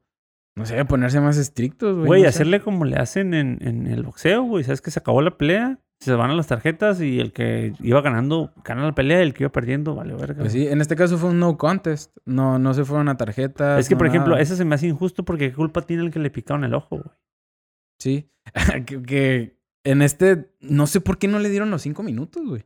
Speaker 3: no sé, ponerse más estrictos, güey.
Speaker 2: Güey,
Speaker 3: no sé.
Speaker 2: hacerle como le hacen en, en el boxeo, güey. Sabes que se acabó la pelea, se van a las tarjetas y el que iba ganando gana la pelea y el que iba perdiendo, vale verga.
Speaker 3: Pues
Speaker 2: güey.
Speaker 3: sí, en este caso fue un no contest. No, no se fueron a tarjetas.
Speaker 2: Es que,
Speaker 3: no
Speaker 2: por ejemplo,
Speaker 3: nada.
Speaker 2: eso se me hace injusto porque qué culpa tiene el que le picaron el ojo, güey.
Speaker 3: Sí. que, que en este. No sé por qué no le dieron los cinco minutos, güey.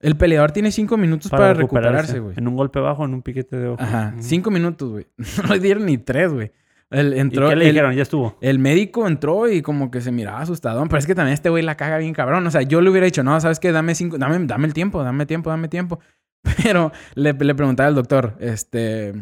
Speaker 3: El peleador tiene cinco minutos para, recuperarse, güey.
Speaker 2: En un golpe bajo, en un piquete de ojo.
Speaker 3: Ajá.
Speaker 2: Ujú.
Speaker 3: Cinco minutos, güey. No le dieron ni tres, güey. El,
Speaker 2: ¿Y
Speaker 3: entró,
Speaker 2: qué le
Speaker 3: el-
Speaker 2: dijeron? Ya estuvo.
Speaker 3: El médico entró y como que se miraba asustadón, pero es que también este güey la caga bien cabrón. O sea, yo le hubiera dicho, no, ¿sabes qué? Dame cinco, dame, dame el tiempo, dame tiempo, dame tiempo. Pero le, le preguntaba al doctor, este,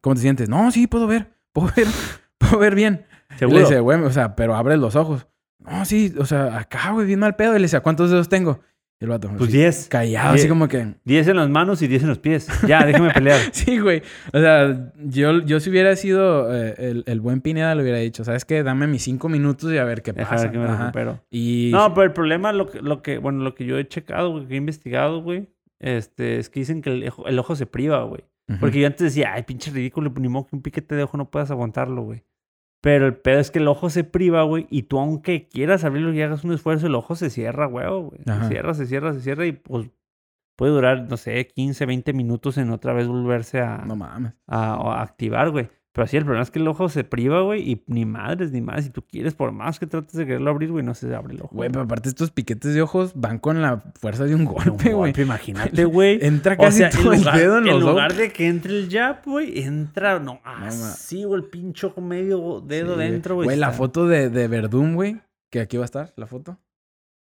Speaker 3: ¿cómo te sientes? No, sí, puedo ver, puedo ver, puedo ver bien. Y
Speaker 2: Seguro.
Speaker 3: Le dice, güey, o sea, pero abre los ojos. No, sí, o sea, acá, güey, bien mal pedo. Y le dice, "¿A ¿cuántos dedos tengo? Y el vato,
Speaker 2: pues
Speaker 3: así,
Speaker 2: 10.
Speaker 3: callado, así
Speaker 2: Die-
Speaker 3: como que,
Speaker 2: 10 en las manos y 10 en los pies. Ya, déjeme pelear.
Speaker 3: Sí, güey. O sea, yo, yo si hubiera sido eh, el, el buen Pineda, le hubiera dicho, ¿sabes qué? Dame mis cinco minutos y a ver qué
Speaker 2: Deja ver
Speaker 3: pasa.
Speaker 2: que me
Speaker 3: Ajá.
Speaker 2: recupero.
Speaker 3: Y
Speaker 2: No, pero el problema, lo que, lo que, bueno, lo que yo he checado, güey, que he investigado, güey, este, es que dicen que el, ojo- el ojo se priva, güey.
Speaker 3: Ujú.
Speaker 2: Porque yo antes decía, ay, pinche ridículo, pues, ni modo que un piquete de ojo no puedas aguantarlo, güey. Pero el pedo es que el ojo se priva, güey, y tú aunque quieras abrirlo y hagas un esfuerzo, el ojo se cierra, güey, güey. Se
Speaker 3: Ajá.
Speaker 2: cierra, se cierra, se cierra y pues puede durar, no sé, 15, 20 minutos en otra vez volverse a,
Speaker 3: No mames.
Speaker 2: a, o a activar, güey. Pero sí, el problema es que el ojo se priva, güey, y ni madres, ni madres. Si tú quieres, por más que trates de quererlo abrir, güey, no se abre el ojo.
Speaker 3: Güey, pero aparte estos piquetes de ojos van con la fuerza de un
Speaker 2: Pero un
Speaker 3: golpe, güey.
Speaker 2: golpe, imagínate, güey.
Speaker 3: Entra
Speaker 2: O
Speaker 3: casi
Speaker 2: sea, en
Speaker 3: todo
Speaker 2: lugar,
Speaker 3: el dedo en
Speaker 2: en
Speaker 3: los
Speaker 2: lugar
Speaker 3: ojos.
Speaker 2: de que entre el jab, güey, entra, no, así, güey, el pincho ojo medio dedo
Speaker 3: Sí,
Speaker 2: dentro, güey.
Speaker 3: Güey, la
Speaker 2: está-
Speaker 3: foto de, de Verdún, güey. Que aquí va a estar, la foto.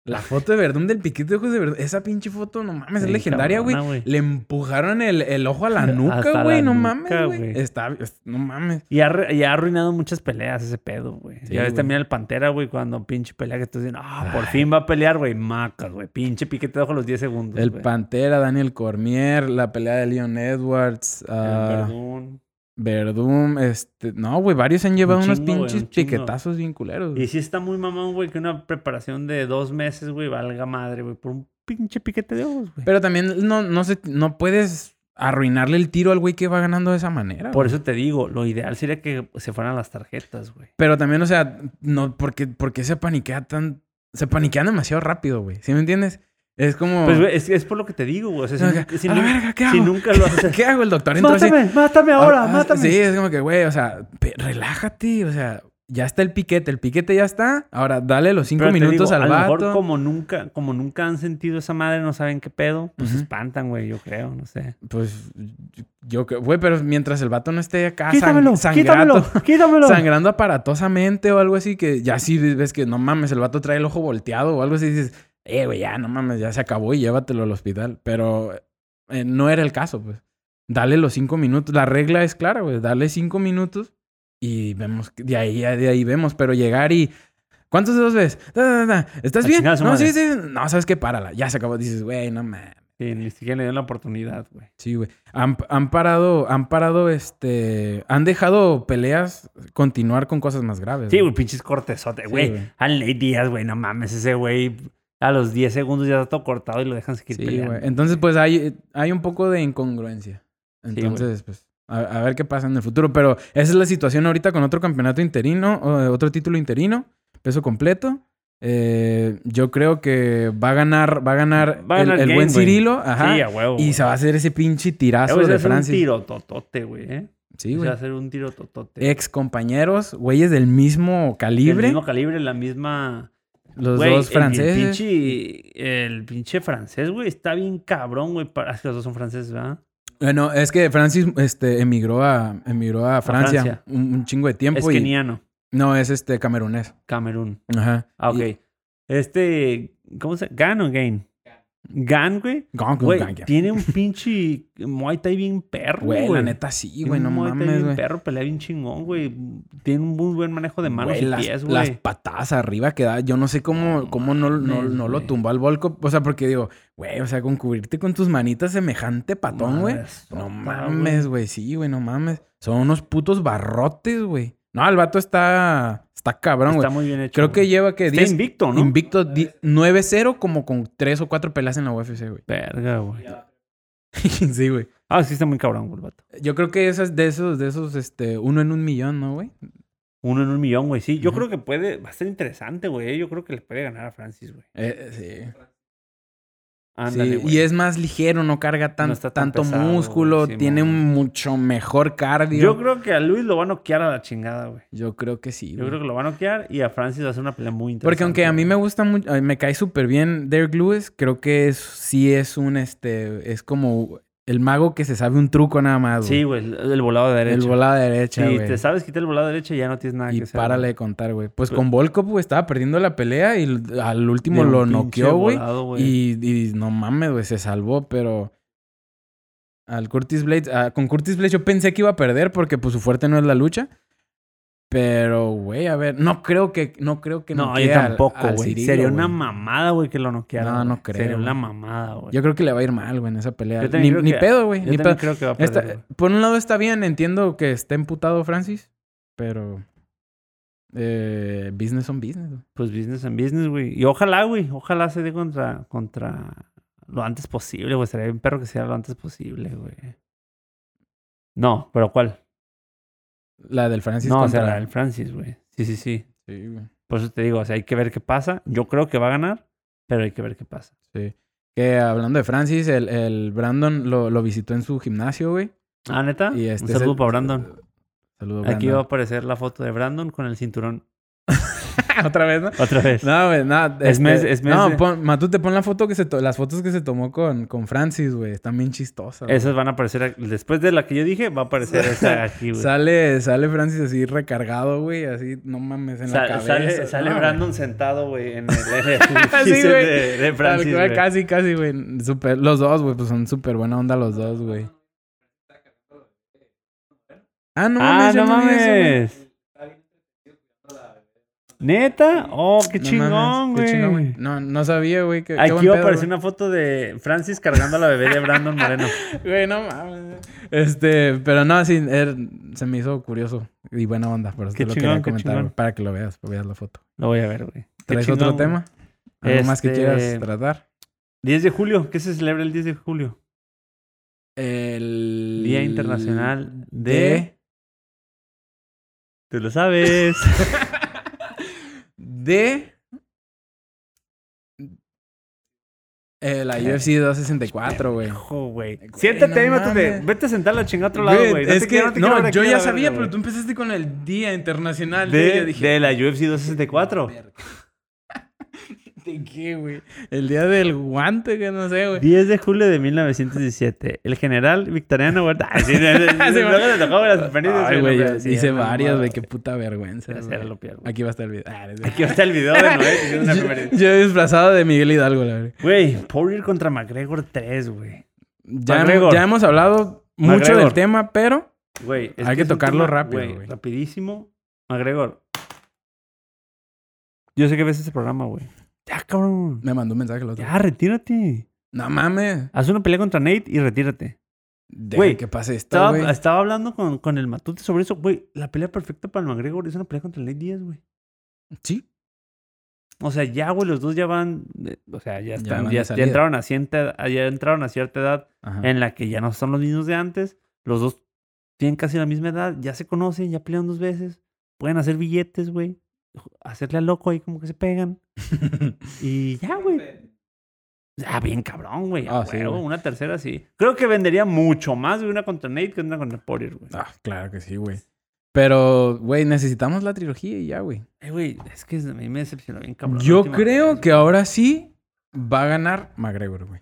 Speaker 3: La foto de Verdún, del piquete de ojos de Verdún. Esa pinche foto, no mames, es
Speaker 2: Bien
Speaker 3: legendaria, güey.
Speaker 2: cabrona, güey.
Speaker 3: Le empujaron el, el ojo a la
Speaker 2: Hasta la
Speaker 3: nuca, güey. No mames,
Speaker 2: nuca,
Speaker 3: güey.
Speaker 2: güey.
Speaker 3: Está, es- no mames.
Speaker 2: Y ha, arru- y ha arruinado muchas peleas ese pedo, güey.
Speaker 3: Sí,
Speaker 2: ya ves
Speaker 3: güey.
Speaker 2: también el Pantera, güey, cuando pinche pelea que estás diciendo, ah, por
Speaker 3: Ay.
Speaker 2: fin va a pelear, güey, macas, güey. Pinche piquete de ojo a los 10 segundos.
Speaker 3: El
Speaker 2: güey.
Speaker 3: Pantera, Daniel Cormier, la pelea de Leon Edwards,
Speaker 2: El
Speaker 3: ah,
Speaker 2: Verdún.
Speaker 3: Verdum, este, no, güey, varios han llevado unos
Speaker 2: chingo, güey,
Speaker 3: pinches
Speaker 2: un chingo.
Speaker 3: piquetazos bien culeros. güey.
Speaker 2: Y sí está muy mamón, güey, que una preparación de dos meses, güey, valga madre, güey, por un pinche piquete de ojos, güey.
Speaker 3: Pero también no, no se, no puedes arruinarle el tiro al güey que va ganando de esa manera.
Speaker 2: Por
Speaker 3: güey.
Speaker 2: eso te digo, lo ideal sería que se fueran las tarjetas, güey.
Speaker 3: Pero también, o sea, no, porque, porque se paniquea tan, se paniquean demasiado rápido, güey. ¿Sí me entiendes? Es como.
Speaker 2: Pues, güey, es, es por lo que te digo, güey. O sea, si,
Speaker 3: o sea,
Speaker 2: nunca- si
Speaker 3: a la
Speaker 2: nunca-
Speaker 3: verga, ¿qué
Speaker 2: si
Speaker 3: hago?
Speaker 2: nunca lo haces.
Speaker 3: ¿Qué hago? El doctor entró así.
Speaker 2: ¡Mátame! ¡Mátame
Speaker 3: Ah,
Speaker 2: ahora!
Speaker 3: ah,
Speaker 2: ¡Mátame!
Speaker 3: Sí, es como que, güey, o sea, pe- relájate, o sea, ya está el piquete, el piquete ya está. Ahora, dale los cinco
Speaker 2: Pero te
Speaker 3: minutos
Speaker 2: digo,
Speaker 3: al
Speaker 2: a lo mejor
Speaker 3: vato.
Speaker 2: como nunca, como nunca han sentido esa madre, no saben qué pedo, pues se
Speaker 3: Ujú.
Speaker 2: espantan, güey, yo creo, no sé.
Speaker 3: Pues yo, que- güey, pero mientras el vato no esté acá Ah, sang-
Speaker 2: Quítamelo,
Speaker 3: sangrando,
Speaker 2: quítamelo, quítamelo.
Speaker 3: sangrando aparatosamente o algo así, que ya sí ves que no mames, el vato trae el ojo volteado o algo así, dices, eh, güey, ya no mames, ya se acabó y llévatelo al hospital. Pero eh, no era el caso, pues. Dale los cinco minutos. La regla es clara, güey. Dale cinco minutos y vemos, que- de ahí, de ahí vemos, pero llegar y. ¿Cuántos dedos ves? Ta, ta, ta, ta. ¿Estás
Speaker 2: A
Speaker 3: bien?
Speaker 2: chingar a su
Speaker 3: No,
Speaker 2: madre.
Speaker 3: sí, sí. No, ¿sabes qué? Párala. Ya se acabó. Dices, güey, no mames.
Speaker 2: Sí, ni siquiera le dieron la oportunidad, güey.
Speaker 3: Sí, güey. Han, han parado, han parado, este, han dejado peleas continuar con cosas más graves.
Speaker 2: Sí, güey, pinches cortesotes,
Speaker 3: Sí,
Speaker 2: güey.
Speaker 3: güey.
Speaker 2: Al Nate Díaz, güey, no mames, ese güey a los 10 segundos ya está todo cortado y lo dejan seguir
Speaker 3: Sí,
Speaker 2: peleando.
Speaker 3: güey. Entonces, pues hay, hay un poco de incongruencia.
Speaker 2: güey.
Speaker 3: Entonces, pues, a, a ver qué pasa en el futuro. Pero esa es la situación ahorita con otro campeonato interino, o, eh, otro título interino, peso completo. Eh, yo creo que va a ganar, va a ganar,
Speaker 2: Va a ganar
Speaker 3: el, el
Speaker 2: Game,
Speaker 3: buen
Speaker 2: güey.
Speaker 3: Cirilo. Ajá.
Speaker 2: Sí, a huevo. Eh,
Speaker 3: y se va a hacer ese pinche tirazo
Speaker 2: a
Speaker 3: de
Speaker 2: hacer un
Speaker 3: Francis.
Speaker 2: tiro totote, güey, ¿eh?
Speaker 3: Sí,
Speaker 2: Se va
Speaker 3: güey.
Speaker 2: a hacer un tiro totote.
Speaker 3: Ex compañeros, este, güeyes del mismo
Speaker 2: Del
Speaker 3: calibre.
Speaker 2: mismo calibre, la misma...
Speaker 3: Los
Speaker 2: Güey,
Speaker 3: dos
Speaker 2: el- El
Speaker 3: franceses.
Speaker 2: pinche, el pinche francés, güey, está bien cabrón, güey. para- Es que los dos son franceses, ¿verdad?
Speaker 3: Bueno, es que Francis este, emigró a, emigró a Francia,
Speaker 2: Francia.
Speaker 3: Un, un chingo de tiempo.
Speaker 2: Es
Speaker 3: y-
Speaker 2: keniano,
Speaker 3: No, es este camerunés.
Speaker 2: Camerún.
Speaker 3: Ajá.
Speaker 2: Ah, ok.
Speaker 3: Y-
Speaker 2: Este, ¿cómo se ¿Gan o Gain? Gan, güey.
Speaker 3: Gon-
Speaker 2: Güey,
Speaker 3: Gon- Gon-
Speaker 2: tiene un pinche Muay Thai bien perro,
Speaker 3: Güey,
Speaker 2: güey.
Speaker 3: la neta sí,
Speaker 2: Tiene
Speaker 3: güey,
Speaker 2: un
Speaker 3: no
Speaker 2: Muay Thai
Speaker 3: mames,
Speaker 2: bien
Speaker 3: güey.
Speaker 2: perro, pelea bien chingón, güey. Tiene un muy buen manejo de manos
Speaker 3: Güey,
Speaker 2: y
Speaker 3: las,
Speaker 2: pies,
Speaker 3: las
Speaker 2: güey.
Speaker 3: patadas arriba que da, yo no sé cómo, cómo no, no,
Speaker 2: mames,
Speaker 3: no lo
Speaker 2: güey.
Speaker 3: tumbó al volco. O sea, porque digo, güey, o sea, con cubrirte con tus manitas semejante patón, güey.
Speaker 2: Madres,
Speaker 3: No
Speaker 2: sota,
Speaker 3: mames, güey, sí, güey, no mames. Son unos putos barrotes, güey. No, el vato está, está cabrón, güey.
Speaker 2: Está muy bien hecho.
Speaker 3: Creo que
Speaker 2: güey.
Speaker 3: lleva que
Speaker 2: Está
Speaker 3: 10,
Speaker 2: invicto, ¿no?
Speaker 3: Invicto di- 9-0 como con 3 o 4 peleas en la UFC, güey.
Speaker 2: Verga, güey.
Speaker 3: sí, güey.
Speaker 2: Ah, sí está muy cabrón, güey, el vato.
Speaker 3: Yo creo que esas de esos, de esos, este, uno en un millón, ¿no, güey?
Speaker 2: Uno en un millón, güey. Sí, yo
Speaker 3: Ujú.
Speaker 2: creo que puede, va a ser interesante, güey. ¿eh? Yo creo que le puede ganar a Francis, güey.
Speaker 3: Eh, sí.
Speaker 2: Ándale,
Speaker 3: Sí,
Speaker 2: güey.
Speaker 3: Y es más ligero, no carga tan-
Speaker 2: No está tan
Speaker 3: tanto
Speaker 2: pesado,
Speaker 3: músculo,
Speaker 2: güey,
Speaker 3: tiene
Speaker 2: Simón.
Speaker 3: un mucho mejor cardio.
Speaker 2: Yo creo que a Luis lo va a noquear a la chingada, güey.
Speaker 3: Yo creo que sí.
Speaker 2: Yo
Speaker 3: güey.
Speaker 2: creo que lo va a noquear y a Francis va a hacer una pelea muy interesante.
Speaker 3: Porque aunque a mí me
Speaker 2: güey.
Speaker 3: gusta mucho, me cae súper bien Derek Lewis, creo que es- sí es un, este, es como el mago que se sabe un truco nada más.
Speaker 2: Sí,
Speaker 3: güey.
Speaker 2: güey, el, el volado de derecha.
Speaker 3: El volado derecha,
Speaker 2: Si
Speaker 3: güey.
Speaker 2: te sabes quitar el volado derecho ya no tienes nada
Speaker 3: Y
Speaker 2: que hacer.
Speaker 3: párale
Speaker 2: güey.
Speaker 3: de contar, güey. Pues
Speaker 2: Pero-
Speaker 3: con Volkov, güey, estaba perdiendo la pelea y l- al último
Speaker 2: De
Speaker 3: lo
Speaker 2: un pinche
Speaker 3: noqueó, güey.
Speaker 2: volado, güey.
Speaker 3: Y, y no mames, güey, se salvó, pero. Al Curtis Blades, ah, con Curtis Blades yo pensé que iba a perder porque pues su fuerte no es la lucha. Pero, güey, a ver, no creo que, no creo que
Speaker 2: No,
Speaker 3: noquee
Speaker 2: yo
Speaker 3: al-
Speaker 2: tampoco,
Speaker 3: al
Speaker 2: güey.
Speaker 3: Cirillo,
Speaker 2: Sería una
Speaker 3: güey.
Speaker 2: mamada, güey, que lo noquearan.
Speaker 3: No, no
Speaker 2: güey.
Speaker 3: creo,
Speaker 2: Sería una
Speaker 3: güey.
Speaker 2: mamada, güey.
Speaker 3: Yo creo que le va a ir mal, güey, en esa pelea.
Speaker 2: Yo también
Speaker 3: Ni,
Speaker 2: creo
Speaker 3: ni
Speaker 2: que-
Speaker 3: pedo, güey.
Speaker 2: Yo
Speaker 3: ni
Speaker 2: también
Speaker 3: pedo.
Speaker 2: creo que va a
Speaker 3: Está-
Speaker 2: perder, güey.
Speaker 3: por un lado está bien, entiendo que está emputado Francis, pero eh, business on business. güey.
Speaker 2: Pues business and business, güey. Y ojalá, güey. Ojalá se dé contra, contra lo antes posible, güey. Sería un perro que sea lo antes posible, güey. No, pero ¿cuál?
Speaker 3: La del Francis
Speaker 2: no,
Speaker 3: contra
Speaker 2: será el Francis, güey. Sí, sí, sí.
Speaker 3: Sí, güey.
Speaker 2: Por eso te digo, o sea, hay que ver qué pasa. Yo creo que va a ganar, pero hay que ver qué pasa.
Speaker 3: Sí. Que hablando de Francis, el, el Brandon lo, lo visitó en su gimnasio, güey.
Speaker 2: Ah, neta.
Speaker 3: Y este
Speaker 2: un
Speaker 3: es
Speaker 2: saludo
Speaker 3: el-
Speaker 2: para Brandon.
Speaker 3: Saludo,
Speaker 2: Aquí va a
Speaker 3: Brandon.
Speaker 2: aparecer la foto de Brandon con el cinturón.
Speaker 3: Otra vez, ¿no?
Speaker 2: Otra vez.
Speaker 3: No, güey, no. este,
Speaker 2: Es mes- es mes
Speaker 3: no,
Speaker 2: de-
Speaker 3: pon, Matute, pon la foto que se to- las fotos que se tomó con, con Francis, güey. Están bien chistosas. güey.
Speaker 2: Esas van a aparecer. ac- Después de la que yo dije, va a aparecer esa aquí, güey.
Speaker 3: Sale, sale Francis así recargado, güey. Así, no mames, en la
Speaker 2: Sa-
Speaker 3: cabeza.
Speaker 2: sale sale
Speaker 3: No, güey.
Speaker 2: Brandon sentado, güey, en el, en el
Speaker 3: Sí,
Speaker 2: piso
Speaker 3: güey.
Speaker 2: de, de
Speaker 3: Tal
Speaker 2: Francis.
Speaker 3: cual,
Speaker 2: güey.
Speaker 3: casi, casi, güey. Súper- Los dos, güey, pues son súper buena onda los dos, güey. Ah, no
Speaker 2: ah,
Speaker 3: mames. yo
Speaker 2: no
Speaker 3: vi eso, güey.
Speaker 2: mames. Neta, oh, qué
Speaker 3: No
Speaker 2: chingón,
Speaker 3: mames, qué chingón,
Speaker 2: güey.
Speaker 3: No, no sabía, güey. Qué, qué
Speaker 2: Aquí
Speaker 3: buen
Speaker 2: va a
Speaker 3: pedo,
Speaker 2: aparecer
Speaker 3: güey.
Speaker 2: una foto de Francis cargando a la bebé de Brandon Moreno.
Speaker 3: Güey, no mames. Este, pero no, sí, er- se me hizo curioso y buena onda. Por eso
Speaker 2: Qué
Speaker 3: te lo
Speaker 2: chingón,
Speaker 3: quería
Speaker 2: qué
Speaker 3: comentar,
Speaker 2: chingón.
Speaker 3: güey, para que lo veas, veas la foto.
Speaker 2: Lo voy a ver, güey. Qué
Speaker 3: ¿Traes
Speaker 2: chingón,
Speaker 3: otro
Speaker 2: güey.
Speaker 3: tema? ¿Algo más que
Speaker 2: Este-
Speaker 3: quieras tratar?
Speaker 2: 10 de julio, ¿qué se celebra el 10 de julio?
Speaker 3: El
Speaker 2: Día Internacional de...
Speaker 3: de...
Speaker 2: Tú lo sabes.
Speaker 3: de Eh, la UFC 264, güey.
Speaker 2: Hijo, güey.
Speaker 3: Güey,
Speaker 2: Siéntate
Speaker 3: no
Speaker 2: ahí, mátate.
Speaker 3: mames.
Speaker 2: Vete a sentar la chingada a otro lado, güey. No
Speaker 3: es
Speaker 2: te
Speaker 3: que
Speaker 2: quiero- te
Speaker 3: no,
Speaker 2: quiero ver
Speaker 3: yo
Speaker 2: aquí a
Speaker 3: ya
Speaker 2: la
Speaker 3: sabía,
Speaker 2: verga,
Speaker 3: pero tú
Speaker 2: güey.
Speaker 3: empezaste con el Día Internacional. güey, yo
Speaker 4: De,
Speaker 3: dije,
Speaker 4: de la UFC 264.
Speaker 3: "Verga". ¿De qué, güey? El día del guante, que no sé, güey.
Speaker 2: 10 de julio de 1917. El general Victoriano Huerta. Ah, sí, no, no, no,
Speaker 3: Sí,
Speaker 2: no,
Speaker 3: güey.
Speaker 2: no le tocaba las pernices,
Speaker 3: Ay,
Speaker 2: güey,
Speaker 3: güey,
Speaker 2: no,
Speaker 3: yo
Speaker 2: pero sí,
Speaker 3: hice
Speaker 2: era una
Speaker 3: varias,
Speaker 2: mamada,
Speaker 3: güey. Qué puta vergüenza.
Speaker 2: Ya sé,
Speaker 3: güey.
Speaker 2: era lo peor, güey.
Speaker 3: Aquí va a estar el video. Ah, eres-
Speaker 2: Aquí está el video de Noé diciendo una
Speaker 3: yo,
Speaker 2: efeméride.
Speaker 3: yo disfrazado de Miguel Hidalgo, la verdad.
Speaker 2: Güey, Poirier contra McGregor 3, güey.
Speaker 3: Ya,
Speaker 2: McGregor.
Speaker 3: ya hemos hablado mucho
Speaker 2: McGregor.
Speaker 3: del tema, pero
Speaker 2: Güey, es
Speaker 3: Hay que
Speaker 2: es un
Speaker 3: tocarlo
Speaker 2: tema,
Speaker 3: rápido, güey.
Speaker 2: Rapidísimo. McGregor. Yo sé que ves este programa, güey. Ya, cabrón.
Speaker 3: me mandó un mensaje el otro.
Speaker 2: Ya, retírate.
Speaker 3: No mames.
Speaker 2: Haz una pelea contra Nate y retírate.
Speaker 3: Deja
Speaker 2: Güey,
Speaker 3: que pase esto,
Speaker 2: Estaba,
Speaker 3: güey.
Speaker 2: estaba hablando con, con el Matute sobre eso. Güey, la pelea perfecta para el McGregor es una pelea contra el Nate Díaz, güey.
Speaker 3: Sí.
Speaker 2: O sea, ya, güey, los dos ya van. eh, O sea, ya están.
Speaker 3: van
Speaker 2: Ya,
Speaker 3: de
Speaker 2: ya
Speaker 3: salida.
Speaker 2: entraron a cierta, ya entraron a cierta edad.
Speaker 3: Ajá.
Speaker 2: en la que ya no son los niños de antes, los dos tienen casi la misma edad, ya se conocen, ya pelean dos veces, pueden hacer billetes, güey, hacerle al loco ahí como que se pegan y ya, güey. Ah, bien cabrón, güey. a
Speaker 3: Ah, sí,
Speaker 2: huevo,
Speaker 3: güey.
Speaker 2: una tercera sí. Creo que vendería mucho más de una contra Nate que una contra Poirier, güey.
Speaker 3: Ah, claro que sí, güey. Pero, güey, necesitamos la trilogía y ya, güey.
Speaker 2: Eh, güey, es que a mí me decepcionó bien cabrón. la
Speaker 3: Yo
Speaker 2: última
Speaker 3: creo
Speaker 2: vez.
Speaker 3: que ahora sí va a ganar McGregor, güey.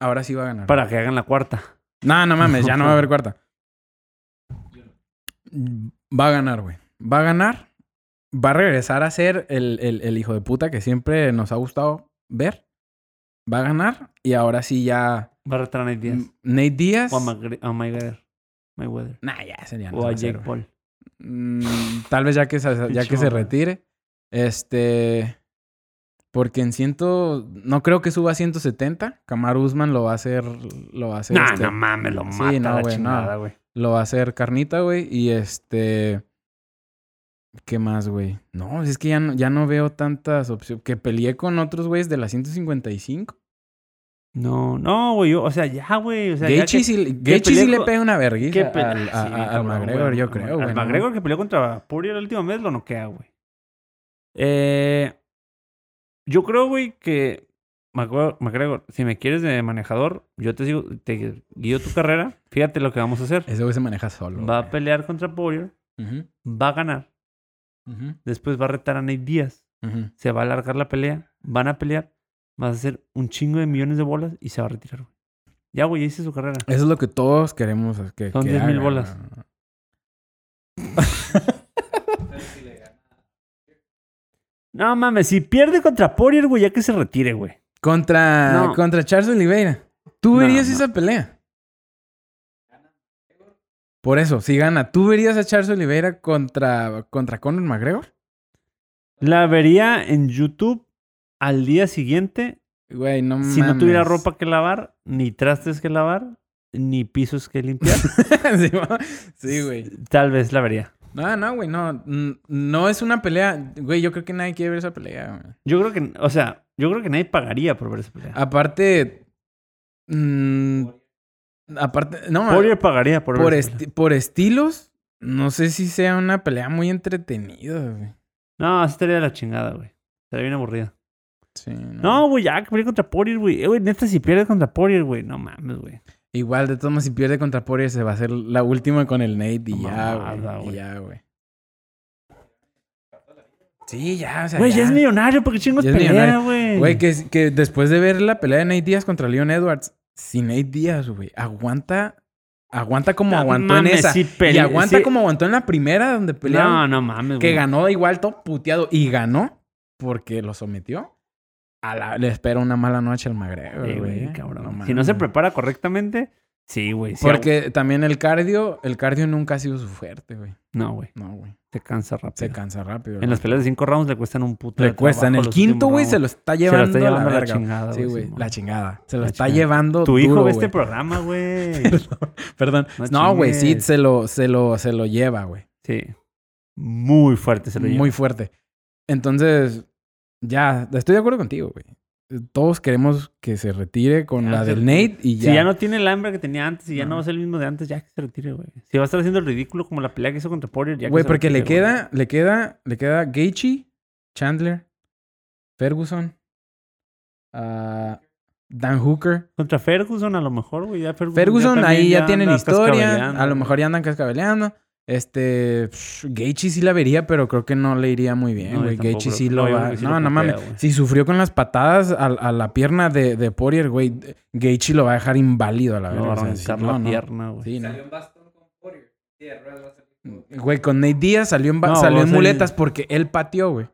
Speaker 3: Ahora sí va a ganar.
Speaker 2: Para que hagan la cuarta.
Speaker 3: No, no mames, ya no va a haber cuarta. Va a ganar, güey. Va a ganar. Va a regresar a ser el, el- el hijo de puta que siempre nos ha gustado ver. Va a ganar. Y ahora sí ya.
Speaker 2: Va a retar a Nate Díaz.
Speaker 3: Nate Díaz.
Speaker 2: O a, Magre- a Mayweather. Mayweather.
Speaker 3: Nah, ya sería.
Speaker 2: O a Jake Paul.
Speaker 3: Mm, tal vez ya que se, ya
Speaker 2: Pinche
Speaker 3: que se
Speaker 2: mamá.
Speaker 3: retire. Este. Porque en ciento. No creo que suba a 170. Kamar Usman lo va a hacer. Lo va a hacer.
Speaker 2: nah,
Speaker 3: este,
Speaker 2: no mames, lo
Speaker 3: Sí,
Speaker 2: mata
Speaker 3: no,
Speaker 2: la
Speaker 3: güey, no.
Speaker 2: chingada, güey.
Speaker 3: Lo va a hacer Carnita, güey. Y este. ¿Qué más, güey? No, es que ya no, ya no veo tantas opciones. Que peleé con otros güeyes de la 155.
Speaker 2: No, no, güey. yo- O sea, ya, güey. O sea, ya
Speaker 3: Gaethje
Speaker 2: que-
Speaker 3: sí, le-
Speaker 2: que
Speaker 3: Gaethje sí
Speaker 2: peleé
Speaker 3: le
Speaker 2: con-
Speaker 3: pega una
Speaker 2: que
Speaker 3: verguisa
Speaker 2: pe- Sí,
Speaker 3: al, a- a- al
Speaker 2: cabrón,
Speaker 3: McGregor,
Speaker 2: güey.
Speaker 3: yo creo, güey.
Speaker 2: Al
Speaker 3: ¿no?
Speaker 2: McGregor que peleó contra Poirier la última vez lo noquea, güey. Eh, yo creo, güey, que McGregor, McGregor, si me quieres de manejador, yo te sigo, te guío tu carrera. Fíjate lo que vamos a hacer.
Speaker 3: Ese güey se maneja solo.
Speaker 2: Va a
Speaker 3: güey.
Speaker 2: pelear contra Poirier,
Speaker 3: Ujú,
Speaker 2: va a ganar,
Speaker 3: ujú,
Speaker 2: después va a retar a Nate Díaz,
Speaker 3: ujú.
Speaker 2: se va a alargar la pelea, van a pelear, vas a hacer un chingo de millones de bolas y se va a retirar, güey. Ya, güey, ya hice su carrera.
Speaker 3: Eso es lo que todos queremos. Que,
Speaker 2: Son
Speaker 3: que
Speaker 2: 10,000
Speaker 3: haga,
Speaker 2: bolas.
Speaker 3: güey.
Speaker 2: No mames, si pierde contra Poirier, güey, ya que se retire, güey.
Speaker 3: Contra,
Speaker 2: No.
Speaker 3: contra Charles Oliveira. ¿Tú
Speaker 2: No,
Speaker 3: verías
Speaker 2: no.
Speaker 3: esa pelea? Por eso, si gana, ¿tú verías a Charles Oliveira contra, contra Conor McGregor?
Speaker 2: La vería en YouTube al día siguiente
Speaker 3: Güey, no
Speaker 2: si no tuviera
Speaker 3: mames.
Speaker 2: ropa que lavar, ni trastes que lavar, ni pisos que limpiar.
Speaker 3: Sí, ma- sí, güey.
Speaker 2: Tal vez la vería.
Speaker 3: No, no, güey, no. n- No es una pelea. Güey, yo creo que nadie quiere ver esa pelea, güey.
Speaker 2: Yo creo que, o sea, yo creo que nadie pagaría por ver esa pelea.
Speaker 3: Aparte. mm, aparte. No,
Speaker 2: Poirier pagaría por,
Speaker 3: por, este
Speaker 2: ver esa
Speaker 3: esti-
Speaker 2: pelea.
Speaker 3: por estilos, no sé si sea una pelea muy entretenida, güey.
Speaker 2: No, así estaría de la chingada, güey. Estaría bien aburrida.
Speaker 3: Ah. Sí,
Speaker 2: No, güey, ya que pierde contra Poirier, güey. Eh, güey, neta, si pierde contra Poirier, güey. No mames, güey.
Speaker 3: Igual, de todos modos, si pierde contra Poirier, se va a hacer la última con el Nate y ya,
Speaker 2: Mamada,
Speaker 3: güey.
Speaker 2: güey.
Speaker 3: Y ya, güey. Sí, ya, o sea,
Speaker 2: Güey,
Speaker 3: ya.
Speaker 2: ya es millonario, porque chingos
Speaker 3: Ya es
Speaker 2: pelea,
Speaker 3: millonario.
Speaker 2: güey.
Speaker 3: Güey, que, que después de ver la pelea de Nate Díaz contra Leon Edwards, si Nate Díaz, güey, aguanta... Aguanta como
Speaker 2: No
Speaker 3: aguantó
Speaker 2: Ah, mames,
Speaker 3: en esa.
Speaker 2: sí pele-
Speaker 3: y aguanta
Speaker 2: sí.
Speaker 3: como aguantó en la primera donde pelearon.
Speaker 2: No, no mames,
Speaker 3: que
Speaker 2: güey.
Speaker 3: ganó igual todo puteado y ganó porque lo sometió. A la- le espera una mala noche al McGregor,
Speaker 2: Sí,
Speaker 3: güey.
Speaker 2: güey,
Speaker 3: eh.
Speaker 2: cabrón.
Speaker 3: No
Speaker 2: si no se
Speaker 3: mames.
Speaker 2: prepara correctamente, sí, güey. sí,
Speaker 3: Porque también el cardio, el cardio nunca ha sido su fuerte, güey.
Speaker 2: agu- No, güey.
Speaker 3: No, güey.
Speaker 2: Se cansa rápido.
Speaker 3: Se cansa rápido.
Speaker 2: En
Speaker 3: güey.
Speaker 2: las peleas de cinco rounds le cuestan un puto.
Speaker 3: le cuesta. En el quinto, güey, se lo está
Speaker 2: lleva
Speaker 3: llevando,
Speaker 2: se lo está
Speaker 3: a
Speaker 2: llevando
Speaker 3: la,
Speaker 2: la,
Speaker 3: verga.
Speaker 2: chingada.
Speaker 3: Sí, güey.
Speaker 2: Simón.
Speaker 3: La chingada. Se lo
Speaker 2: La
Speaker 3: está
Speaker 2: chingada.
Speaker 3: llevando
Speaker 2: Tu hijo
Speaker 3: duro,
Speaker 2: ve este
Speaker 3: güey.
Speaker 2: programa, güey.
Speaker 3: Perdón.
Speaker 2: No
Speaker 3: No, güey. Sí,
Speaker 2: chingues.
Speaker 3: se lo, se lo, se lo lleva, güey.
Speaker 2: sí. Muy fuerte se lo lleva.
Speaker 3: Muy fuerte. Entonces, ya. Estoy de acuerdo contigo, güey. Todos queremos que se retire con
Speaker 2: Ya,
Speaker 3: la
Speaker 2: se
Speaker 3: del
Speaker 2: retire.
Speaker 3: Nate y ya.
Speaker 2: Si ya no tiene el hambre que tenía antes y ya no,
Speaker 3: No.
Speaker 2: va a ser el mismo de antes, ya que se retire, güey. Si va a estar haciendo el ridículo como la pelea que hizo contra Poirier, ya que
Speaker 3: Güey,
Speaker 2: se
Speaker 3: porque le
Speaker 2: retire, güey.
Speaker 3: queda, le queda, le queda Gaethje, Chandler, Ferguson, ah, Dan Hooker.
Speaker 2: Contra Ferguson, a lo mejor, güey. Ya Ferguson, ya
Speaker 3: Ferguson,
Speaker 2: también
Speaker 3: ahí ya,
Speaker 2: anda
Speaker 3: tienen historia.
Speaker 2: cascabeleando.
Speaker 3: A lo mejor ya andan cascabeleando. Este. psh, Gaethje sí la vería, pero creo que no le iría muy bien,
Speaker 2: No, yo
Speaker 3: güey.
Speaker 2: tampoco
Speaker 3: Gaethje
Speaker 2: creo
Speaker 3: sí
Speaker 2: que-
Speaker 3: lo
Speaker 2: no, yo
Speaker 3: va.
Speaker 2: creo que sí
Speaker 3: no,
Speaker 2: lo
Speaker 3: no mames.
Speaker 2: noquea, güey.
Speaker 3: Si sufrió con las patadas a, a la pierna de, de Poirier, güey, Gaethje lo va a dejar inválido a la
Speaker 2: Le va
Speaker 3: verga.
Speaker 2: a
Speaker 3: o sea, sí,
Speaker 2: arrancar
Speaker 3: no,
Speaker 2: la
Speaker 3: no.
Speaker 2: pierna, güey.
Speaker 3: Sí, no.
Speaker 4: Salió un bastón con Poirier. Sí, de ruedas va a salir como-
Speaker 3: Güey, con Nate Díaz salió en, ba-
Speaker 2: No,
Speaker 3: salió
Speaker 2: va a
Speaker 3: en
Speaker 2: ser-
Speaker 3: muletas porque él pateó, güey.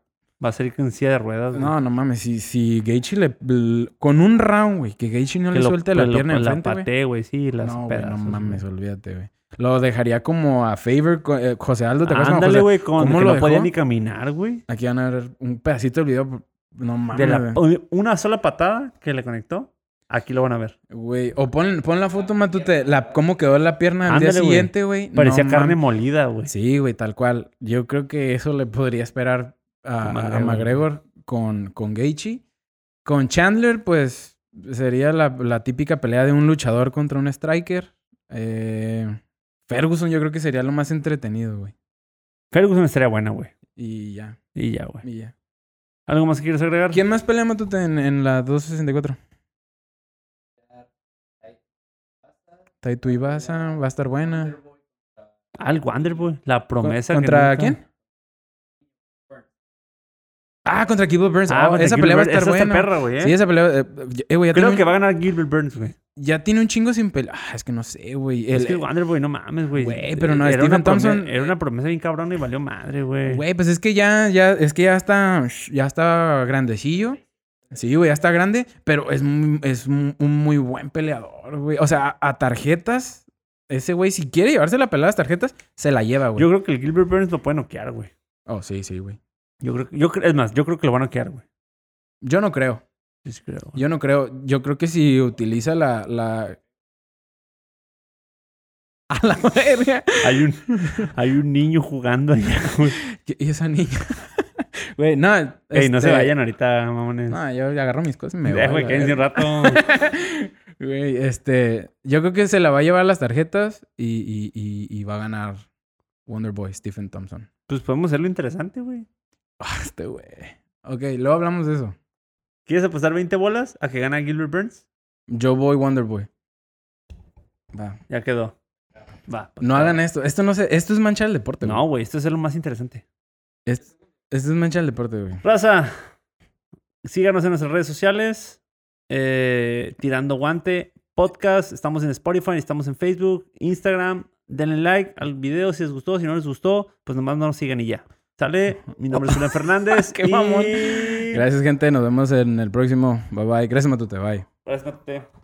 Speaker 2: Va a salir con silla de ruedas, güey.
Speaker 3: No, no mames. Si, si Gaethje le... l- Con un round, güey, que Gaethje no
Speaker 2: Que
Speaker 3: le
Speaker 2: lo-
Speaker 3: suelte la
Speaker 2: lo- La
Speaker 3: pierna enfrente, güey.
Speaker 2: pateé, güey, sí, las
Speaker 3: no, güey, no
Speaker 2: pedazos,
Speaker 3: mames,
Speaker 2: güey.
Speaker 3: olvídate, güey. Lo dejaría como a favor co- eh, José Aldo, ¿te acuerdas? cuando
Speaker 2: Ándale,
Speaker 3: José-
Speaker 2: güey, con
Speaker 3: ¿Cómo
Speaker 2: que
Speaker 3: lo
Speaker 2: no podía
Speaker 3: dejó?
Speaker 2: ni caminar, güey.
Speaker 3: Aquí van a ver un pedacito del video. No
Speaker 2: De
Speaker 3: mames,
Speaker 2: la,
Speaker 3: güey.
Speaker 2: una sola patada que le conectó, aquí lo van a ver.
Speaker 3: güey. O pon, pon la foto, Matute, la, cómo quedó la pierna al día
Speaker 2: Ándale, güey.
Speaker 3: siguiente, güey. No
Speaker 2: Parecía carne
Speaker 3: mames.
Speaker 2: molida, güey.
Speaker 3: Sí, güey, tal cual. Yo creo que eso le podría esperar a,
Speaker 2: A
Speaker 3: a- a
Speaker 2: McGregor.
Speaker 3: McGregor con, con Gaethje. Con Chandler, pues, sería la, la típica pelea de un luchador contra un striker. Eh, Ferguson yo creo que sería lo más entretenido, güey.
Speaker 2: Ferguson estaría buena, güey.
Speaker 3: Y ya,
Speaker 2: Y ya, güey.
Speaker 3: y ya.
Speaker 2: ¿Algo más que quieres agregar?
Speaker 3: ¿Quién más pelea Matute en, en la 264? Taito Ibasa, va a estar buena.
Speaker 2: Ah, el Wanderboy. La
Speaker 3: Con-
Speaker 2: promesa. que
Speaker 3: ¿Contra
Speaker 2: nunca-
Speaker 3: quién? Ah, contra Gilbert Burns.
Speaker 2: Ah,
Speaker 3: Oh,
Speaker 2: contra
Speaker 3: esa pelea va a
Speaker 2: Gilbert-
Speaker 3: estar
Speaker 2: esa está
Speaker 3: buena.
Speaker 2: perra, güey, ¿eh?
Speaker 3: Sí, esa pelea. eh, eh, güey, ya,
Speaker 2: Creo
Speaker 3: tiene
Speaker 2: que
Speaker 3: un,
Speaker 2: va a ganar Gilbert Burns, güey.
Speaker 3: ya tiene un chingo sin pelea. Ah, es que no sé, güey.
Speaker 2: Es
Speaker 3: El- eh,
Speaker 2: que el Wanderboy, no mames, güey.
Speaker 3: Güey, pero no,
Speaker 2: Era una
Speaker 3: Stephen
Speaker 2: promesa-
Speaker 3: Thompson-
Speaker 2: Era una promesa bien cabrona y valió madre, güey.
Speaker 3: Güey, pues es que ya, ya, es que ya está, ya está grandecillo. Sí, güey, ya está grande, pero es, muy- es un, un muy buen peleador, güey. O sea, a, a tarjetas, ese güey, si quiere llevarse la pelea a las tarjetas, se la lleva, güey.
Speaker 2: Yo creo que el Gilbert Burns lo puede noquear, güey.
Speaker 3: Oh, sí, sí, güey.
Speaker 2: Yo creo, yo, cre- es más, yo creo que lo van a noquear, güey.
Speaker 3: Yo no creo.
Speaker 2: Sí, sí creo, güey.
Speaker 3: Yo no creo. Yo creo que si utiliza la. la... A la verga.
Speaker 2: Hay un, hay un niño jugando allá, güey.
Speaker 3: Y esa niña. Güey, no.
Speaker 2: Ey, no se
Speaker 3: este,
Speaker 2: vayan ahorita, mamones.
Speaker 3: No, yo agarro mis cosas y me voy.
Speaker 2: Eh,
Speaker 3: a
Speaker 2: güey,
Speaker 3: la
Speaker 2: quédense
Speaker 3: verga.
Speaker 2: un rato.
Speaker 3: Güey, este. Yo creo que se la va a llevar las tarjetas y, y- y- y va a ganar Wonderboy Stephen Thompson.
Speaker 2: Pues podemos hacerlo interesante, güey.
Speaker 3: Ah, este güey. Ok, luego hablamos de eso.
Speaker 2: ¿Quieres apostar 20 bolas a que gana Gilbert Burns?
Speaker 3: Yo voy Wonderboy. Va.
Speaker 2: Ya quedó. Va.
Speaker 3: No hagan esto. Esto no se. Esto es mancha del deporte, güey.
Speaker 2: Pues, No, güey, esto es lo más interesante.
Speaker 3: Es- esto es mancha del deporte, güey.
Speaker 2: Raza, síganos en nuestras redes sociales. eh, Tirando Guante Podcast. Estamos en Spotify, estamos en Facebook, Instagram. Denle like al video si les gustó. Si no les gustó, pues nomás no nos sigan y ya. Sale, mi nombre es Julián Fernández.
Speaker 3: Qué mamón.
Speaker 2: y-
Speaker 3: Gracias, gente. Nos vemos en el próximo. Bye bye. Gracias, Matute. Bye.
Speaker 2: Gracias, Mateo.